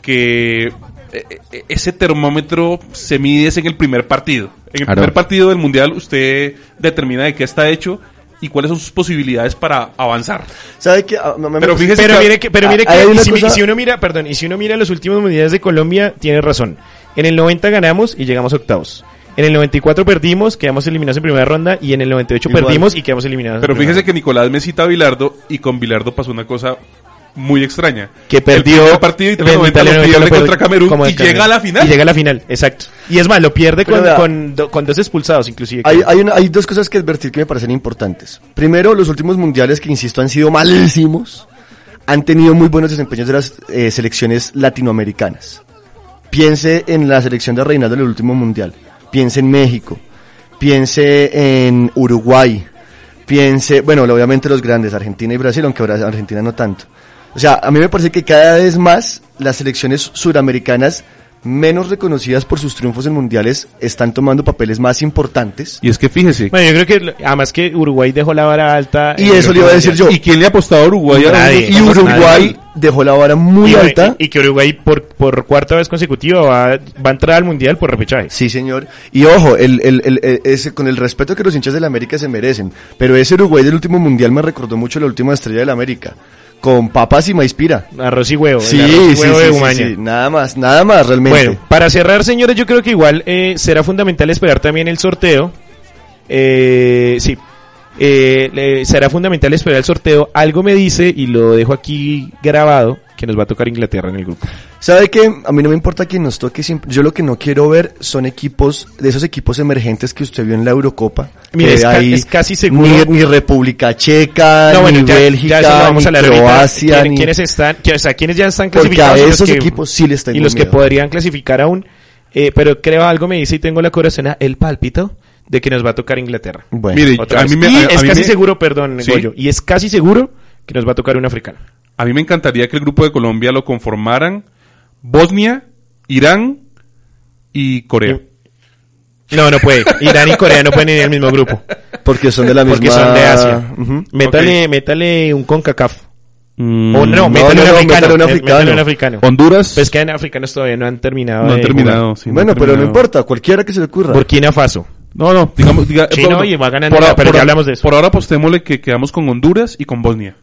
D: que eh, eh, ese termómetro se mide es en el primer partido. En el
B: Claro.
D: primer partido del Mundial usted determina de qué está hecho y cuáles son sus posibilidades para avanzar.
C: ¿Sabe qué? Ah, no, me-
D: Pero fíjese
A: Pero
D: que-
A: mire que, pero mire
C: Ahí hay
A: que y
C: una
A: si, mi-
C: cosa-
A: y si uno mira, perdón, y si uno mira los últimos mundiales de Colombia, tiene razón. En el 90 ganamos y llegamos a octavos. En el 94 perdimos, quedamos eliminados en primera ronda y en el 98
C: Igual.
A: perdimos y quedamos eliminados.
D: Pero fíjese que Nicolás me cita a Bilardo y con Bilardo pasó una cosa muy extraña.
A: que
D: el
A: perdió
D: primer partido y
A: frente al
D: 90 lo
A: 90
D: pierde
A: perdió
D: contra Camerún
A: como
D: y
A: el Camerún.
D: llega a la final.
A: Y llega a la final, exacto. Y es más, lo pierde
C: Pero
A: con,
C: vea.
A: con, do- con dos expulsados inclusive.
C: Hay, hay, una- hay dos cosas que advertir que me parecen importantes. Primero, los últimos mundiales que, insisto, han sido malísimos, han tenido muy buenos desempeños de las eh, selecciones latinoamericanas. Piense en la selección de Reinaldo en el último mundial. Piense en México. Piense en Uruguay. Piense, bueno, obviamente los grandes, Argentina y Brasil, aunque ahora Argentina no tanto. O sea, a mí me parece que cada vez más las selecciones suramericanas menos reconocidas por sus triunfos en mundiales están tomando papeles más importantes
D: Y es que fíjese.
A: Bueno, yo creo que lo- además que Uruguay dejó la vara alta.
C: Y
A: en
C: eso
A: el
C: le iba a decir yo.
D: ¿Y quién le ha apostado a Uruguay? a-
A: Nadie.
C: Y Uruguay dejó la vara muy
A: Y,
C: alta.
A: y- y que Uruguay por, por cuarta vez consecutiva va, va a entrar al mundial por repechaje.
C: Sí, señor. Y ojo, el, el, el- el- ese- con el respeto que los hinchas de la América se merecen. Pero ese Uruguay del último mundial me recordó mucho la última estrella de la América. Con papas y maíz pira.
A: Arroz y huevo. el
C: Sí,
A: arroz
C: sí,
A: y
C: sí,
A: huevo de
C: sí,
A: Umaña.
C: sí. Nada más, nada más realmente.
A: Bueno, para cerrar, señores, yo creo que igual eh, será fundamental esperar también el sorteo. Eh, sí. Eh, le- será fundamental esperar el sorteo. Algo me dice, y lo dejo aquí grabado, que nos va a tocar Inglaterra en el grupo.
C: ¿Sabe qué? A mí no me importa quién nos toque. siempre- Yo lo que no quiero ver son equipos, de esos equipos emergentes que usted vio en la Eurocopa.
A: Mire,
C: Que
A: es ca-
C: ahí
A: es casi seguro-
C: Ni, ni República Checa,
A: No,
C: ni
A: ya-
C: Bélgica,
A: ya eso lo vamos
C: ni
A: a hablar ahorita.
C: Croacia.
A: ¿Quién-
C: ni-
A: ¿Quiénes están? que- O sea, ¿quiénes ya están
C: Porque
A: clasificados?
C: a
A: y los
C: esos
A: que-
C: equipos sí les tengo
A: y los que
C: miedo.
A: podrían clasificar aún. Eh, pero creo algo me dice y tengo la corazón, el pálpito de que nos va a tocar Inglaterra.
C: Bueno.
D: Mire,
A: Otra
D: a
A: vez.
D: mí me,
A: y
D: a- a
A: es
D: mí
A: casi
D: me-
A: seguro, perdón,
D: Sí.
A: Goyo, y es casi seguro que nos va a tocar un africano.
D: a mí me encantaría que el grupo de Colombia lo conformaran Bosnia, Irán y Corea.
A: No, no puede. Irán y Corea no pueden ir en el mismo grupo.
C: Porque son de la misma.
A: Porque son de Asia.
C: Ujú.
A: métale, métale un CONCACAF. O no, métale
C: no,
A: un
C: no, métale
A: africano.
C: un
A: mé-
C: africano.
A: métale un africano.
D: Mm, Honduras
A: Pues que en africanos todavía no han terminado.
D: no ha
A: de
D: terminado.
A: jugar.
D: sí,
C: bueno,
D: ha
C: pero no
D: terminado.
C: importa, cualquiera que se le ocurra.
A: Burkina Faso.
D: No, no, digamos, diga-
A: Chino
D: por-
A: y va ganando,
D: por-
A: pero
D: por-
A: ya hablamos de eso.
D: Por ahora apostémosle que quedamos con Honduras y con Bosnia.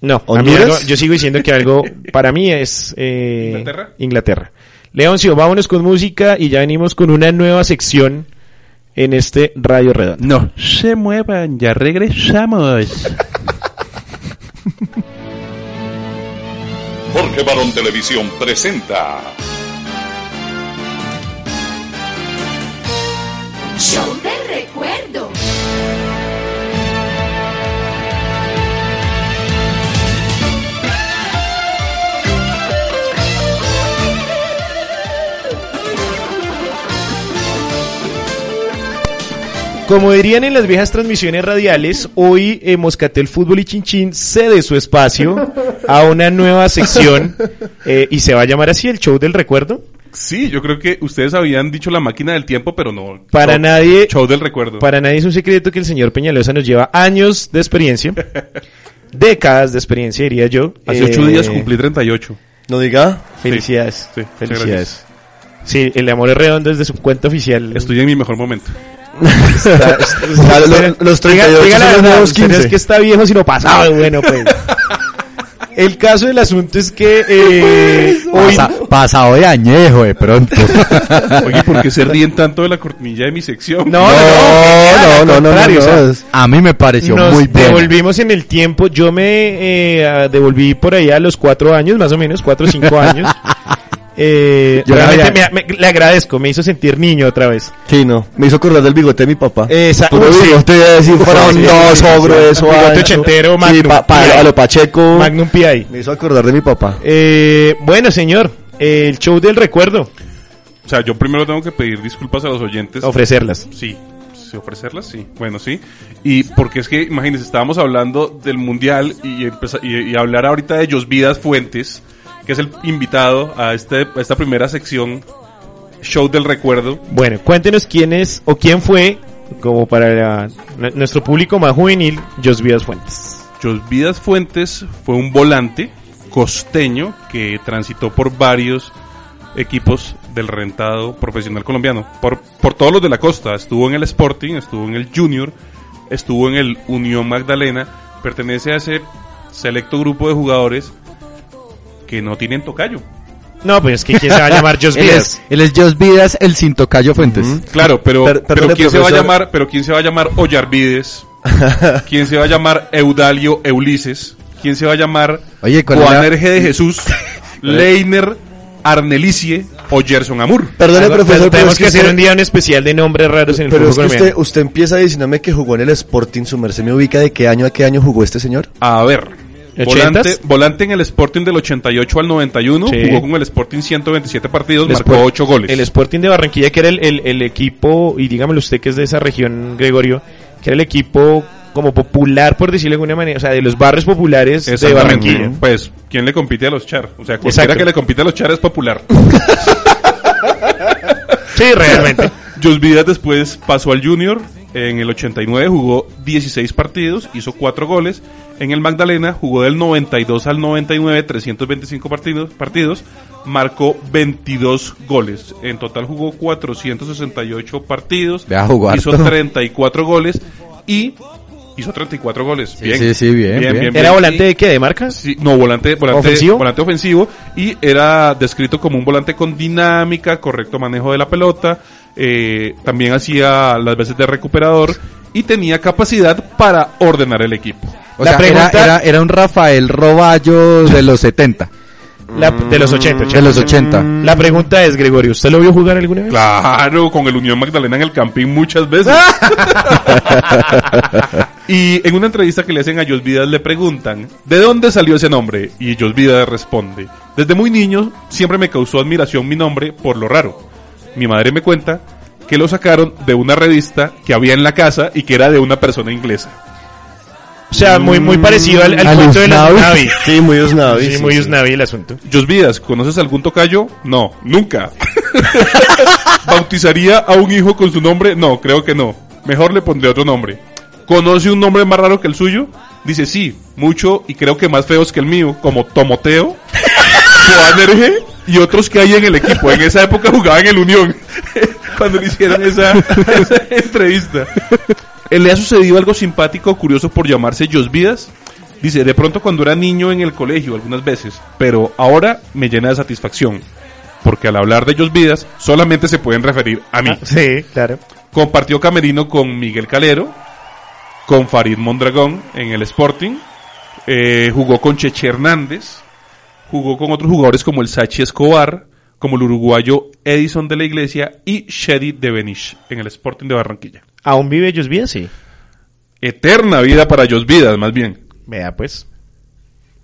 A: No, a mí
C: ¿Honduras?
A: algo- yo sigo diciendo que algo para mí es eh,
D: ¿Inglaterra?
A: Inglaterra. Leoncio, vámonos con música y ya venimos con una nueva sección en este Radio Redondo.
D: No, se muevan, ya regresamos.
F: Jorge Barón Televisión presenta.
G: Show del recuerdo.
A: Como dirían en las viejas transmisiones radiales, hoy eh, Moscatel Fútbol y Chinchín cede su espacio a una nueva sección eh, y se va a llamar así el show del recuerdo.
D: Sí, yo creo que ustedes habían dicho la máquina del tiempo, pero no.
A: Para
D: Show-
A: nadie,
D: Show del recuerdo.
A: Para nadie es un secreto que el señor Peñalosa nos lleva años de experiencia, décadas de experiencia, diría yo.
D: Hace
A: Eh,
D: ocho días cumplí 38.
C: No diga.
A: Felicidades.
D: Sí, sí, muchas
A: felicidades. Sí, el amor es redondo desde su cuenta oficial.
D: Estoy en mi mejor momento.
C: Está- está- está- lo-
A: Diga-
C: los
A: diga la
C: 38 son los
A: verdad,
C: nuevos
A: usted no
C: 15.
A: es que está viejo sino pasado. Bueno, pues. El caso del asunto es que eh, hoy
B: Pasa- pasado de añejo de pronto.
D: Oye, ¿por qué se ríen tanto de la cortinilla de mi sección?
A: No, Ah, no,
C: no, no, no, no,
A: contrario,
C: no,
A: o sea,
C: es-
B: A mí me pareció
A: nos
B: muy bueno.
A: devolvimos en el tiempo. Yo me eh, ah, devolví por allá a los cuatro años, más o menos, cuatro o cinco años. Eh,
B: Yo
A: realmente
B: había-
A: me- me- le agradezco, me hizo sentir niño otra vez.
C: Sí, no. Me hizo acordar del bigote de mi papá.
A: Esa-
C: Puro
A: Uy, sí.
C: bigote iba a decir frondoso, grueso,
A: Bigote
C: ancho.
A: ochentero,
C: Sí,
A: Magnum.
C: pa- pa- a lo Pacheco.
A: Magnum P.I.
C: Me hizo acordar de mi papá.
A: Eh, bueno, señor, eh, el show del recuerdo,
D: O sea, yo primero tengo que pedir disculpas a los oyentes.
A: ofrecerlas.
D: Sí, sí, ofrecerlas, sí. Bueno, sí. Y porque es que, imagínense, estábamos hablando del Mundial y, empeza- y, y hablar ahorita de Josvidas Fuentes, que es el invitado a, este, a esta primera sección, Show del Recuerdo.
A: Bueno, cuéntenos quién es o quién fue, como para la- nuestro público más juvenil, Josvías Fuentes.
D: Josvidas Fuentes fue un volante costeño que transitó por varios equipos del rentado profesional colombiano, por, por todos los de la costa. Estuvo en el Sporting, estuvo en el Junior, estuvo en el Unión Magdalena. Pertenece a ese selecto grupo de jugadores que no tienen tocayo.
A: No, pues es que quién se va a llamar
B: Él es,
A: Josvías.
B: él es Jos Vidas, el Cintocayo Fuentes.
D: Claro, pero,
C: Per-
D: pero
C: perdone,
D: ¿quién se va a
C: profesor.
D: llamar? Pero ¿quién se va a llamar Ollarvides? ¿Quién se va a llamar Eudalio Eulises? ¿Quién se va a llamar
B: Oye, ¿cuál
D: Juan
B: era?
D: Erge de Jesús, Leiner Arnelicie o Gerson Amur?
C: Perdone,
A: Algo- pues,
C: profesor, pero
A: tenemos
C: es
A: que
C: que
A: hacer
C: usted-
A: un día un especial de nombres raros en el
C: Pero
A: fútbol
C: es que
A: colombiano.
C: usted, usted empieza diciéndome que jugó en el Sporting, su merced me ubica de qué año a qué año jugó este señor.
D: A ver. Volante,
A: ¿Ochentas?
D: volante en el Sporting del 88 al 91,
A: Sí.
D: jugó con el Sporting 127 partidos,
A: El
D: marcó
A: Sport-
D: 8 goles.
A: El Sporting de Barranquilla, que era el, el- el equipo, y dígamelo usted que es de esa región, Gregorio, que era el equipo como popular, por decirlo de alguna manera, o sea, de los barrios populares de
D: Exactamente.
A: Barranquilla.
D: Pues, ¿quién le compite a los Char? O sea, cualquiera
A: Exacto.
D: que le compite a los Char es popular.
A: Sí, realmente.
D: Josvidas después pasó al Junior. En el 89 jugó 16 partidos, hizo 4 goles. En el Magdalena jugó del 92 al 99, 325 partidos, partidos marcó 22 goles. En total jugó 468 partidos,
B: Vea, jugó harto.
D: hizo 34 goles y hizo 34 goles. bien.
B: sí, sí, bien, bien.
A: ¿Era volante de qué? ¿De marcas?
D: Sí, no, volante, volante,
A: ¿Ofensivo?
D: volante ofensivo y era descrito como un volante con dinámica, correcto manejo de la pelota, eh, también hacía las veces de recuperador y tenía capacidad para ordenar el equipo.
B: O
A: La
B: sea,
A: pregunta-
B: era, era, era un Rafael Roballo de los 70,
A: La- de los 80.
B: de los 80.
A: La pregunta es, Gregorio, ¿usted lo vio jugar alguna vez?
D: Claro, con el Unión Magdalena en el Campín muchas veces. y en una entrevista que le hacen a Josvidas le preguntan, ¿de dónde salió ese nombre? Y Josvidas responde, desde muy niño siempre me causó admiración mi nombre por lo raro. Mi madre me cuenta que lo sacaron de una revista que había en la casa y que era de una persona inglesa.
A: O sea, muy, muy parecido al, al
B: Al
A: cuento de la
B: Usnavi.
A: Usnavi.
C: Sí, muy Osnavi.
A: Mm. Sí, muy Usnavi el asunto.
D: Josvidas, ¿conoces algún tocayo? No, nunca. ¿Bautizaría a un hijo con su nombre? No, creo que no. Mejor le pondré otro nombre. ¿Conoce un nombre más raro que el suyo? Dice, sí, mucho y creo que más feos que el mío, como Tomoteo, Joanerge y otros que hay en el equipo. En esa época jugaba en el Unión, cuando le hicieron esa, esa entrevista. Eh, ¿Le ha sucedido algo simpático, curioso por llamarse Yosvidas? Dice, de pronto cuando era niño en el colegio, algunas veces, pero ahora me llena de satisfacción, porque al hablar de Yosvidas solamente se pueden referir a mí.
A: Ah, Sí, claro.
D: Compartió camerino con Miguel Calero, con Farid Mondragón en el Sporting, eh, jugó con Cheche Hernández, jugó con otros jugadores como el Sachi Escobar, como el uruguayo Edison de la Iglesia y Shady de Benish en el Sporting de Barranquilla.
A: ¿Aún vive ellos bien? Sí.
D: Eterna vida para ellos vidas, más bien.
A: Vea, pues.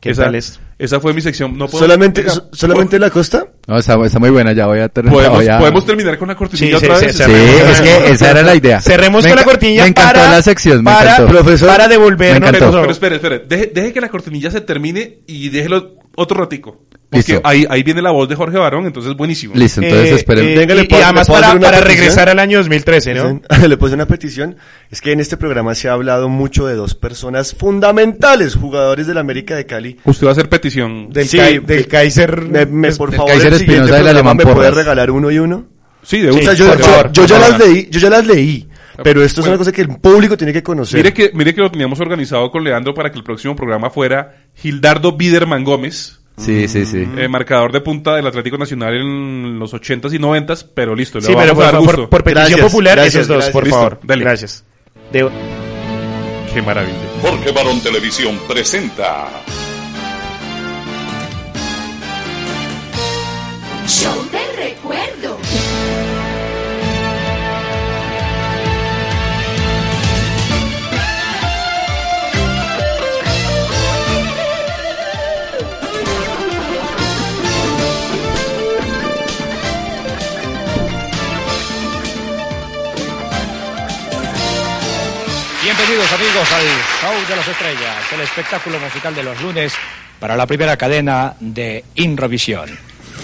A: ¿Qué
D: esa,
A: tal es?
D: Esa fue mi sección. No puedo-
C: ¿Solamente,
D: Oiga,
C: so- solamente la costa?
B: No, está, está muy buena, ya voy a terminar.
D: ¿podemos,
B: voy a-
D: podemos terminar con la cortinilla
A: Sí,
D: otra
A: sí,
D: vez?
A: sí,
B: Sí,
A: Cerremos.
B: es que esa era la idea.
A: Cerremos
B: Me
A: con la
B: enca-
A: cortinilla
B: Me encantó
A: para-
B: la sección, me
A: para-
B: encantó.
A: profesor, para devolvernos-
B: Me
D: Pero,
B: encantó.
D: pero espere, espere. Deje, deje que la cortinilla se termine y déjelo otro ratico. Porque
B: Listo.
D: ahí, ahí viene la voz de Jorge Barón, entonces buenísimo.
B: Listo, entonces
A: Eh,
B: esperen.
A: eh,
C: Venga, le
A: y- y,
C: puedo- le
A: además
C: puedo
A: para,
C: hacer una
A: para
C: petición.
A: regresar al año 2013, ¿no?
C: Le puse una petición. Es que en este programa se ha hablado mucho de dos personas fundamentales, jugadores del América de Cali.
D: Usted va a hacer petición.
A: Del,
C: Sí,
A: Kai- del Kaiser.
C: Me, me-
A: pues,
C: por
B: El
C: favor, el
B: Kaiser Espinosa
C: siguiente
B: del
C: programa
B: Alemán
C: me puede
B: Porras.
C: regalar uno y uno.
D: Sí, de
A: Sí,
D: una.
C: O sea, yo,
A: por
C: yo-
A: favor,
C: yo ya
D: por
C: las
D: favor.
C: leí, yo ya las leí, pero esto es
D: Bueno.
C: una cosa que el público tiene que conocer.
D: Mire que, mire que lo teníamos organizado con Leandro para que el próximo programa fuera Gildardo Biderman Gómez,
B: Sí, sí, sí.
D: eh, marcador de punta del Atlético Nacional en los 80s y 90s, pero listo, le
A: Sí,
D: vamos
A: pero
D: a
A: por,
D: dar
A: favor,
D: gusto.
A: por petición
C: Gracias,
A: popular,
C: gracias,
A: esos dos, por
D: gracias.
A: favor.
D: Listo, dale.
A: Gracias. De-
D: Qué maravilla.
F: Jorge Barón Televisión presenta
G: Show del recuerdo.
H: Bienvenidos amigos al Show de las Estrellas, el espectáculo musical de los lunes para la primera cadena de Inrovisión.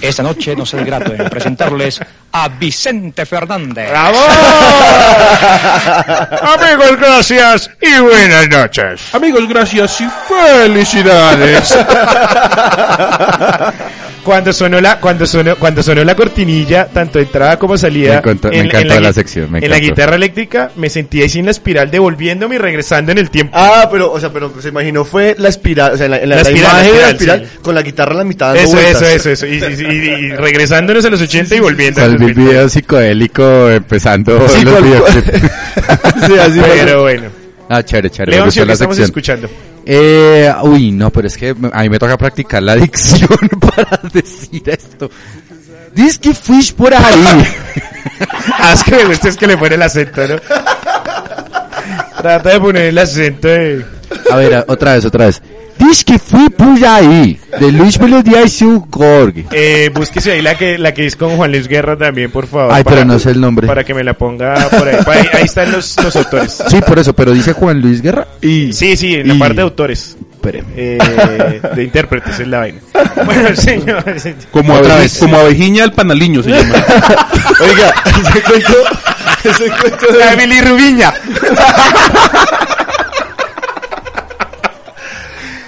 H: Esta noche nos es grato en presentarles a Vicente Fernández.
A: ¡Bravo! Amigos, gracias y buenas noches.
D: Amigos, gracias y felicidades.
A: Cuando sonó la, cuando sonó, cuando sonó la cortinilla, tanto entrada como salida.
B: Me encantó- me encantó la
A: gui-
B: sección, me
A: en la
B: encantó.
A: guitarra eléctrica me sentí así en la espiral devolviéndome y regresando en el tiempo.
C: Ah, pero, o sea, pero se imaginó fue la espiral, o sea, la, la-
A: La
C: la
A: espiral,
C: imagen de la
A: espiral,
C: espiral con la guitarra a la mitad dando
A: eso,
C: vueltas.
A: eso, eso, eso. Y, y- y- y regresándonos a los 80 y volviendo a los
B: Salí un
A: 2000.
B: video psicodélico empezando
C: Sí,
B: los
C: cual-
B: videoclips.
C: Sí, así
A: Pero bueno.
B: Ah, chévere, chévere. me
A: Leoncio,
B: gustó
A: ¿qué
B: la
A: estamos
B: sección.
A: escuchando?
B: Eh, uy, no, pero es que a mí me toca practicar la dicción para decir esto. Dice que fish por ahí.
A: Ah, es que me gusta es que le pone el acento, ¿no? Trata de poner el acento de...
B: A ver, a- otra vez, otra vez. Dice que fui por ahí. De Luis Melodía y su Gorg.
A: Eh, búsquese ahí la que, la que es con Juan Luis Guerra también, por favor.
B: Ay, pero no sé el nombre.
A: Para que me la ponga por ahí. Ahí, ahí están los, los autores.
B: Sí, por eso, pero dice Juan Luis Guerra. Y...
A: Sí, sí, en la
B: Y-
A: parte de autores.
B: Espéreme.
A: Eh, de intérpretes es la vaina. Bueno, señor.
D: Como,
B: Otra
D: abeji-
B: vez.
D: como abejiña al panaliño se llama.
C: Oiga, ese cuento, ese cuento de...
A: Emily Rubiña.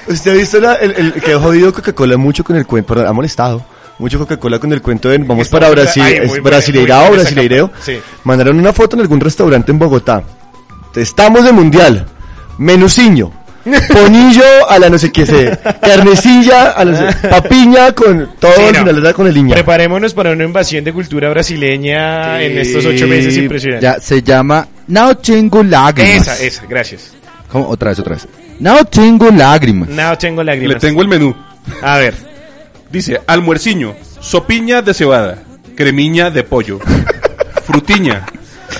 C: ¿Usted ha visto la- el, el- que ha jodido Coca-Cola mucho con el cuento? perdón, Ha molestado mucho Coca-Cola con el cuento de vamos para Brasil,
A: Ay, muy
C: es
A: buena,
C: Brasileirao,
A: muy buena esa
C: Brasileireo.
A: capa. Sí.
C: Mandaron una foto en algún restaurante en Bogotá. Estamos de mundial. Menuciño. Ponillo a la no sé qué sé. Carnecilla a la no sé- Papiña con todo
A: Sí,
C: al
A: no.
C: final era con el niño.
A: Preparémonos para una invasión de cultura brasileña en estos ocho meses impresionante.
B: Ya, se llama No tengo lágrimas.
A: Esa, esa, gracias.
B: ¿Cómo? Otra vez, otra vez. No tengo lágrimas.
A: No tengo
D: Le
A: lágrimas.
D: tengo el menú.
A: A ver.
D: Dice, almuerciño, sopiña de cebada, cremiña de pollo, frutiña,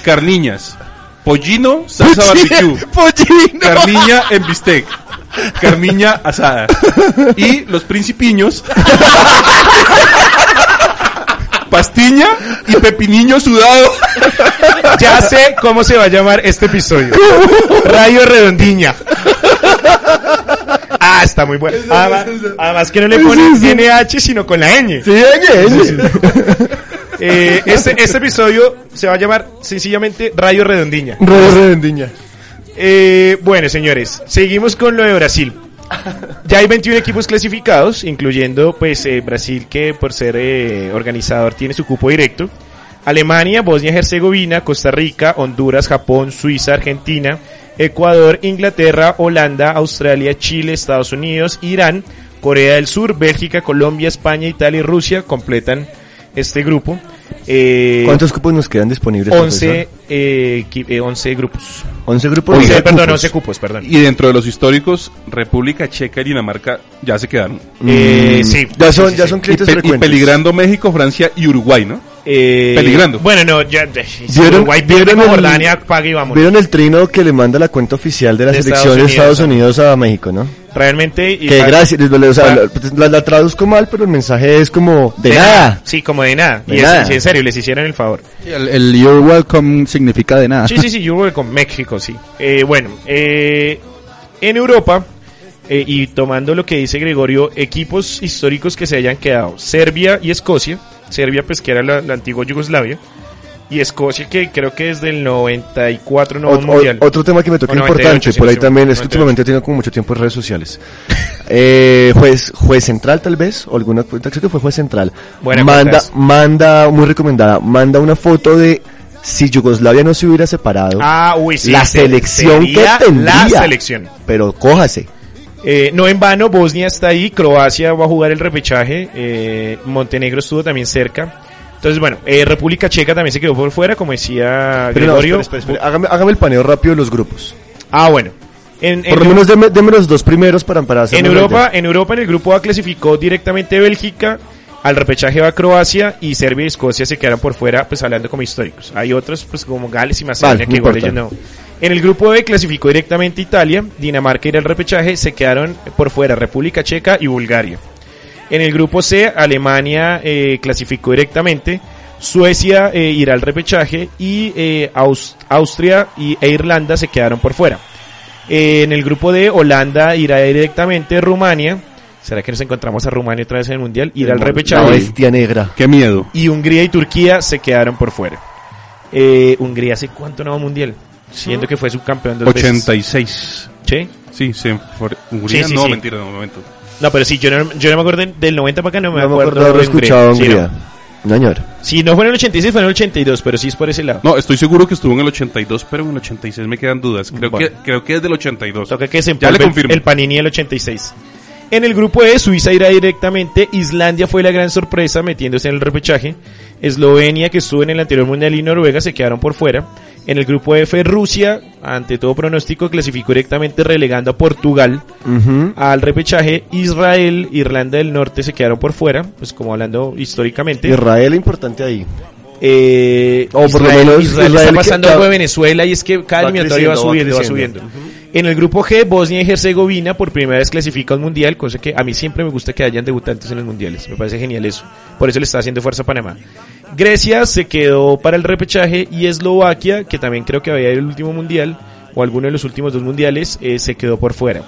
D: carniñas, pollino, salsa barbecue, carniña en bistec, carniña asada y los principiños, pastiña y pepiniño sudado.
A: Ya sé cómo se va a llamar este episodio. Radio Redondiña. Ah, está muy bueno. Además, además que no le ponen NH, sino con la ñ.
C: Sí, oye, oye.
A: Eh, este, este episodio se va a llamar sencillamente Radio Redondiña.
C: Rodrigo Rendiña.
A: Eh, bueno, señores, seguimos con lo de Brasil. Ya hay 21 equipos clasificados, incluyendo pues eh, Brasil que por ser eh, organizador tiene su cupo directo. Alemania, Bosnia y Herzegovina, Costa Rica, Honduras, Japón, Suiza, Argentina, Ecuador, Inglaterra, Holanda, Australia, Chile, Estados Unidos, Irán, Corea del Sur, Bélgica, Colombia, España, Italia y Rusia completan este grupo. Eh,
C: ¿Cuántos cupos nos quedan disponibles?
A: 11, eh, equi- eh, 11 grupos.
C: 11 grupos.
A: Once,
C: Once
A: perdón,
C: cupos.
A: 11 cupos, perdón.
D: Y dentro de los históricos, República Checa y Dinamarca ya se quedaron.
A: Eh, sí.
C: mm, Ya son,
A: Sí, sí,
C: ya
A: sí.
C: son
D: Y,
C: clientes
D: pe- y
C: frecuentes.
D: peligrando México, Francia y Uruguay, ¿no?
A: Eh,
D: Peligrando.
A: Bueno, no, ya.
C: ¿Vieron-
A: Uruguay pierde
C: vieron
A: con
C: el-
A: Jordania, pague y vamos.
C: ¿Vieron el trino que le manda la cuenta oficial de la
A: De
C: selección de
A: Estados
C: Estados Unidos a México, no?
A: Realmente. y
C: Que
A: pa-
C: gracias, o sea,
A: Para-
C: la, pues, la- la traduzco mal, pero el mensaje es como, de, nada.
A: Sí, como de nada.
C: De
A: y es-
C: nada.
A: sí, en serio, les hicieron el favor.
B: El, el You're Welcome significa de nada.
A: Sí, sí, sí, yo creo que con México, sí. Eh, bueno, eh, en Europa, eh, y tomando lo que dice Gregorio, equipos históricos que se hayan quedado, Serbia y Escocia, Serbia pues que era la, la antigua Yugoslavia, y Escocia que creo que desde el 94 no va a un
C: Ot- o-
A: mundial.
C: otro tema que me toca
A: O 98,
C: importante,
A: si
C: por
A: no
C: ahí
A: estoy mal.
C: también, es que
A: 98.
C: últimamente he tenido como mucho tiempo en redes sociales. Eh, juez, juez central tal vez, o alguna cuenta, creo que fue juez central.
A: Buena
C: manda,
A: cuenta
C: manda, muy recomendada, manda una foto de si Yugoslavia no se hubiera separado,
A: Ah, uy, sí.
C: la
A: se-
C: selección
A: sería
C: que tendría.
A: La selección.
C: Pero cójase.
A: Eh, no en vano, Bosnia está ahí, Croacia va a jugar el repechaje, eh, Montenegro estuvo también cerca. Entonces, bueno, eh, República Checa también se quedó por fuera, como decía
C: Pero no,
A: Gregorio.
C: espera, espera, espera, hágame, hágame el paneo rápido de los grupos.
A: Ah, bueno. En, en-
C: Por lo menos deme, deme los dos primeros para, para hacer
A: en
C: una
A: Europa,
C: idea.
A: en Europa, en el grupo A clasificó directamente Bélgica, al repechaje va Croacia y Serbia y Escocia se quedaron por fuera, pues hablando como históricos. Hay otros, pues como Gales y Macedonia,
C: Vale, no
A: que igual
C: importa.
A: ellos no. En el grupo B clasificó directamente Italia, Dinamarca irá al repechaje, se quedaron por fuera República Checa y Bulgaria. En el grupo C, Alemania eh, clasificó directamente, Suecia eh, irá al repechaje y eh, Aus- Austria y, e Irlanda se quedaron por fuera. Eh, en el grupo D, Holanda irá directamente, Rumania, ¿será que nos encontramos a Rumania otra vez en el Mundial? Irá al
C: La
A: repechaje.
C: bestia negra.
D: Qué miedo.
A: Y Hungría y Turquía se quedaron por fuera. Eh, Hungría hace cuánto no va al Mundial, siendo que fue subcampeón dos veces.
D: 86.
A: ¿Sí?
D: Sí, se fue- Hungría,
A: Sí, sí,
D: no,
A: sí.
D: mentira, no, un momento.
A: No, pero sí, yo no, yo no me acuerdo del 90 para acá, no me
C: No me
A: acuerdo.
C: acuerdo haber
A: de Hungría.
C: escuchado a
A: Sí, no.
C: Hungría. No, señor.
A: Si no fue en el 86, fue en el 82, pero sí es por ese lado.
D: No, estoy seguro que estuvo en el 82, pero en el 86 me quedan dudas. Creo,
A: Bueno.
D: que, creo que es del 82.
A: Toca que se
D: Ya le
A: empolve
D: confirmo.
A: el Panini del 86. En el grupo E, Suiza irá directamente. Islandia fue la gran sorpresa metiéndose en el repechaje. Eslovenia, que estuvo en el anterior mundial, y Noruega se quedaron por fuera. En el grupo F, Rusia, ante todo pronóstico, clasificó directamente relegando a Portugal
C: Ujú.
A: al repechaje. Israel, Irlanda del Norte se quedaron por fuera, pues como hablando históricamente.
C: Israel importante ahí.
A: Eh,
C: O por lo
A: Israel,
C: menos
A: Israel
C: Israel
A: está
C: que-
A: pasando
C: que-
A: algo de Venezuela y es que cada
C: Va
A: eliminatoria va
C: creciendo,
A: subiendo,
C: va
A: va subiendo. En el grupo G, Bosnia y Herzegovina por primera vez clasifica un mundial, cosa que a mí siempre me gusta que hayan debutantes en los mundiales. Me parece genial eso. Por eso le está haciendo fuerza a Panamá. Grecia se quedó para el repechaje y Eslovaquia, que también creo que había ido el último mundial o alguno de los últimos dos mundiales, eh, se quedó por fuera.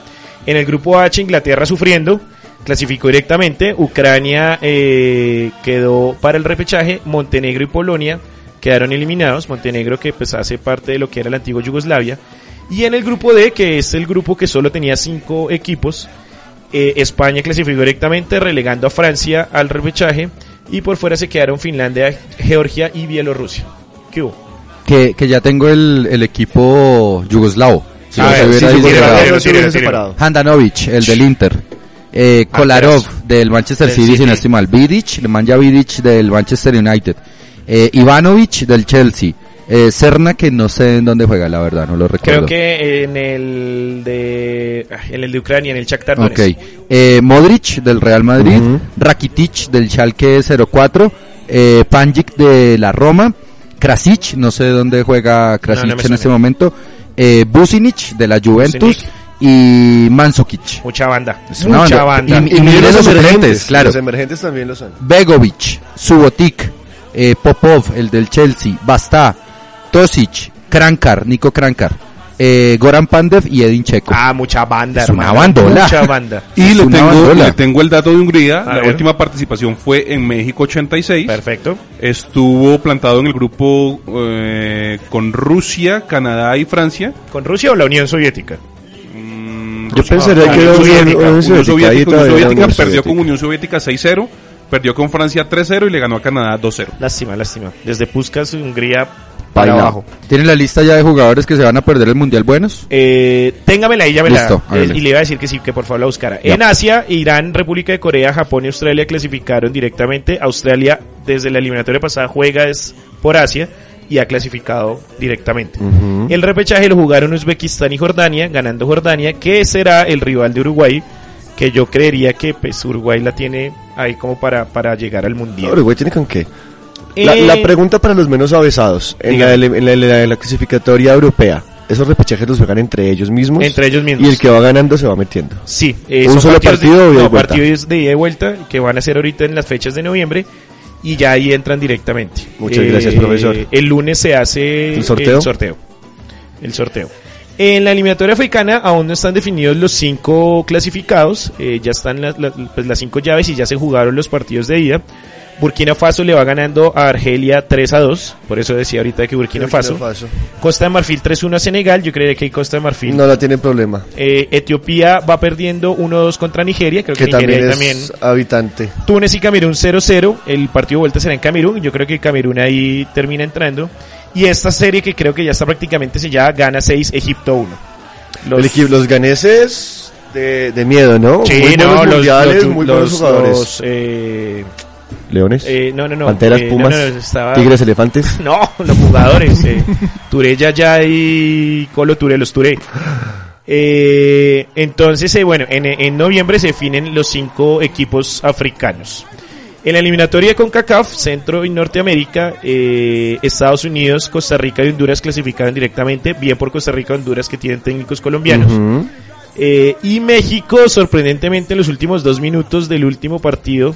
A: En el grupo H, Inglaterra sufriendo, clasificó directamente. Ucrania eh, quedó para el repechaje. Montenegro y Polonia quedaron eliminados. Montenegro que pues hace parte de lo que era la antigua Yugoslavia. Y en el grupo D, que es el grupo que solo tenía cinco equipos, eh, España clasificó directamente relegando a Francia al repechaje y por fuera se quedaron Finlandia, Georgia y Bielorrusia. ¿Qué hubo?
B: Que, que ya tengo el, el equipo yugoslavo. Si
A: A
B: no
A: ver,
B: se
A: sí,
B: hubiera
A: sí, sí,
B: ido
A: sí,
B: separado.
A: tíralo,
C: Sí, hubiese
A: tíralo.
C: separado.
B: Handanovic, el del Inter. Eh, Kolarov, del Manchester
A: Ah, Del
B: City, si
A: City.
B: no estoy mal. Vidic, Nemanja Vidic, del Manchester United. Eh, Ivanovic, del Chelsea. Eh, Serna, que no sé en dónde juega, la verdad, no lo
A: Creo
B: recuerdo.
A: que en el de ay, en el de Ucrania, en el Shakhtar
B: Ok.
A: Donetsk.
B: Eh, Modric, del Real Madrid.
C: Ujú.
B: Rakitic, del Schalke 04. Eh, Panjic, de la Roma. Krasic, no sé dónde juega Krasic
A: No, no me
B: en
A: suena.
B: este momento. Eh, Businic, de la Juventus.
A: Businic.
B: Y Mansukic.
A: Mucha banda,
B: Es una
A: mucha
B: banda.
A: banda.
B: Y- y miren los suplentes, claro.
C: Los emergentes también lo son.
B: Begovic, Subotic, eh, Popov, el del Chelsea, Bastá, Tosic, Krankar, Nico Krankar, eh, Goran Pandev y Edin Checo.
A: Ah, mucha banda,
B: Es una
A: hermano,
B: bandola.
A: Mucha banda.
D: Y
B: Es
D: le
B: una
D: tengo,
B: bandola.
D: le tengo el dato de Hungría.
A: A
D: la
A: ver.
D: última participación fue en México 86.
A: Perfecto.
D: Estuvo plantado en el grupo eh, con Rusia, Canadá y Francia.
A: ¿Con Rusia o la Unión Soviética?
C: Yo pensaría
A: ah,
C: que era
A: Unión Soviética,
C: Unión Unión
D: Unión
C: Soviética, ahí
D: Soviética, Unión
C: todavía era
D: Soviética
C: Unión
D: perdió con
C: Soviética.
D: Unión Soviética 6-0, perdió con Francia 3-0 y le ganó a Canadá 2-0.
A: Lástima, lástima. Desde Puskas, Hungría, para
B: Baila.
A: abajo.
B: ¿Tienen la lista ya de jugadores que se van a perder el Mundial buenos?
A: Eh, téngamela ahí, ya me
B: Listo,
A: la. eh,
B: hágale.
A: y le iba a decir que sí, que por favor la buscara.
B: Ya.
A: En Asia, Irán, República de Corea, Japón y Australia clasificaron directamente. Australia, desde la eliminatoria pasada, juega es por Asia y ha clasificado directamente. El repechaje lo jugaron Uzbekistán y Jordania, ganando Jordania, que será el rival de Uruguay, que yo creería que pues, Uruguay la tiene ahí como para, para llegar al
C: No,
A: mundial.
C: Uruguay tiene con qué. La, la
A: Eh,
C: pregunta para los menos avesados. En la, ele- en la- en la- en la clasificatoria europea, esos repechajes los juegan entre ellos mismos.
A: Entre ellos mismos.
C: Y el que va ganando se va metiendo.
A: Sí, eh,
C: ¿Un
A: son
C: solo
A: partidos
C: partido o
A: de,
C: ida y
A: no,
C: vuelta?
A: partidos de ida y vuelta que van a ser ahorita en las fechas de noviembre y ya ahí entran directamente. Eh,
C: Muchas gracias, profesor.
A: El lunes se hace
C: ¿El sorteo?
A: El sorteo. El sorteo. En la eliminatoria africana aún no están definidos los cinco clasificados, eh, ya están las, las- pues las cinco llaves y ya se jugaron los partidos de ida. Burkina Faso le va ganando a Argelia 3 a 2, por eso decía ahorita que Burkina, Faso. Costa de Marfil 3-1 a Senegal, yo creería que Costa de Marfil
C: No la tienen problema.
A: eh, Etiopía va perdiendo 1-2 contra Nigeria, creo que,
C: Que
A: Nigeria
C: también es
A: también.
C: habitante.
A: Túnez y Camerún 0-0, el partido de vuelta será en Camerún, yo creo que Camerún ahí termina entrando. Y esta serie que creo que ya está prácticamente sellada, gana 6, Egipto 1.
C: El equipo- los ganeses de, de miedo, ¿no?
A: Sí,
C: muy buenos
A: no, los-
C: mundiales,
A: los-
C: muy
A: los-
C: buenos jugadores.
A: los, eh,
C: Leones,
A: eh, no, no, no.
C: panteras,
A: eh, no,
C: pumas,
A: no, no, estaba-
C: tigres, elefantes.
A: No, los jugadores. Eh, Touré, Yaya y Colo Touré, los Touré. Eh, entonces, eh, bueno, en, en noviembre se definen los cinco equipos africanos. En la eliminatoria con CACAF, Centro y Norteamérica, eh, Estados Unidos, Costa Rica y Honduras clasificaron directamente, bien por Costa Rica y Honduras que tienen técnicos colombianos.
C: Ujú.
A: Eh, y México, sorprendentemente, en los últimos dos minutos del último partido,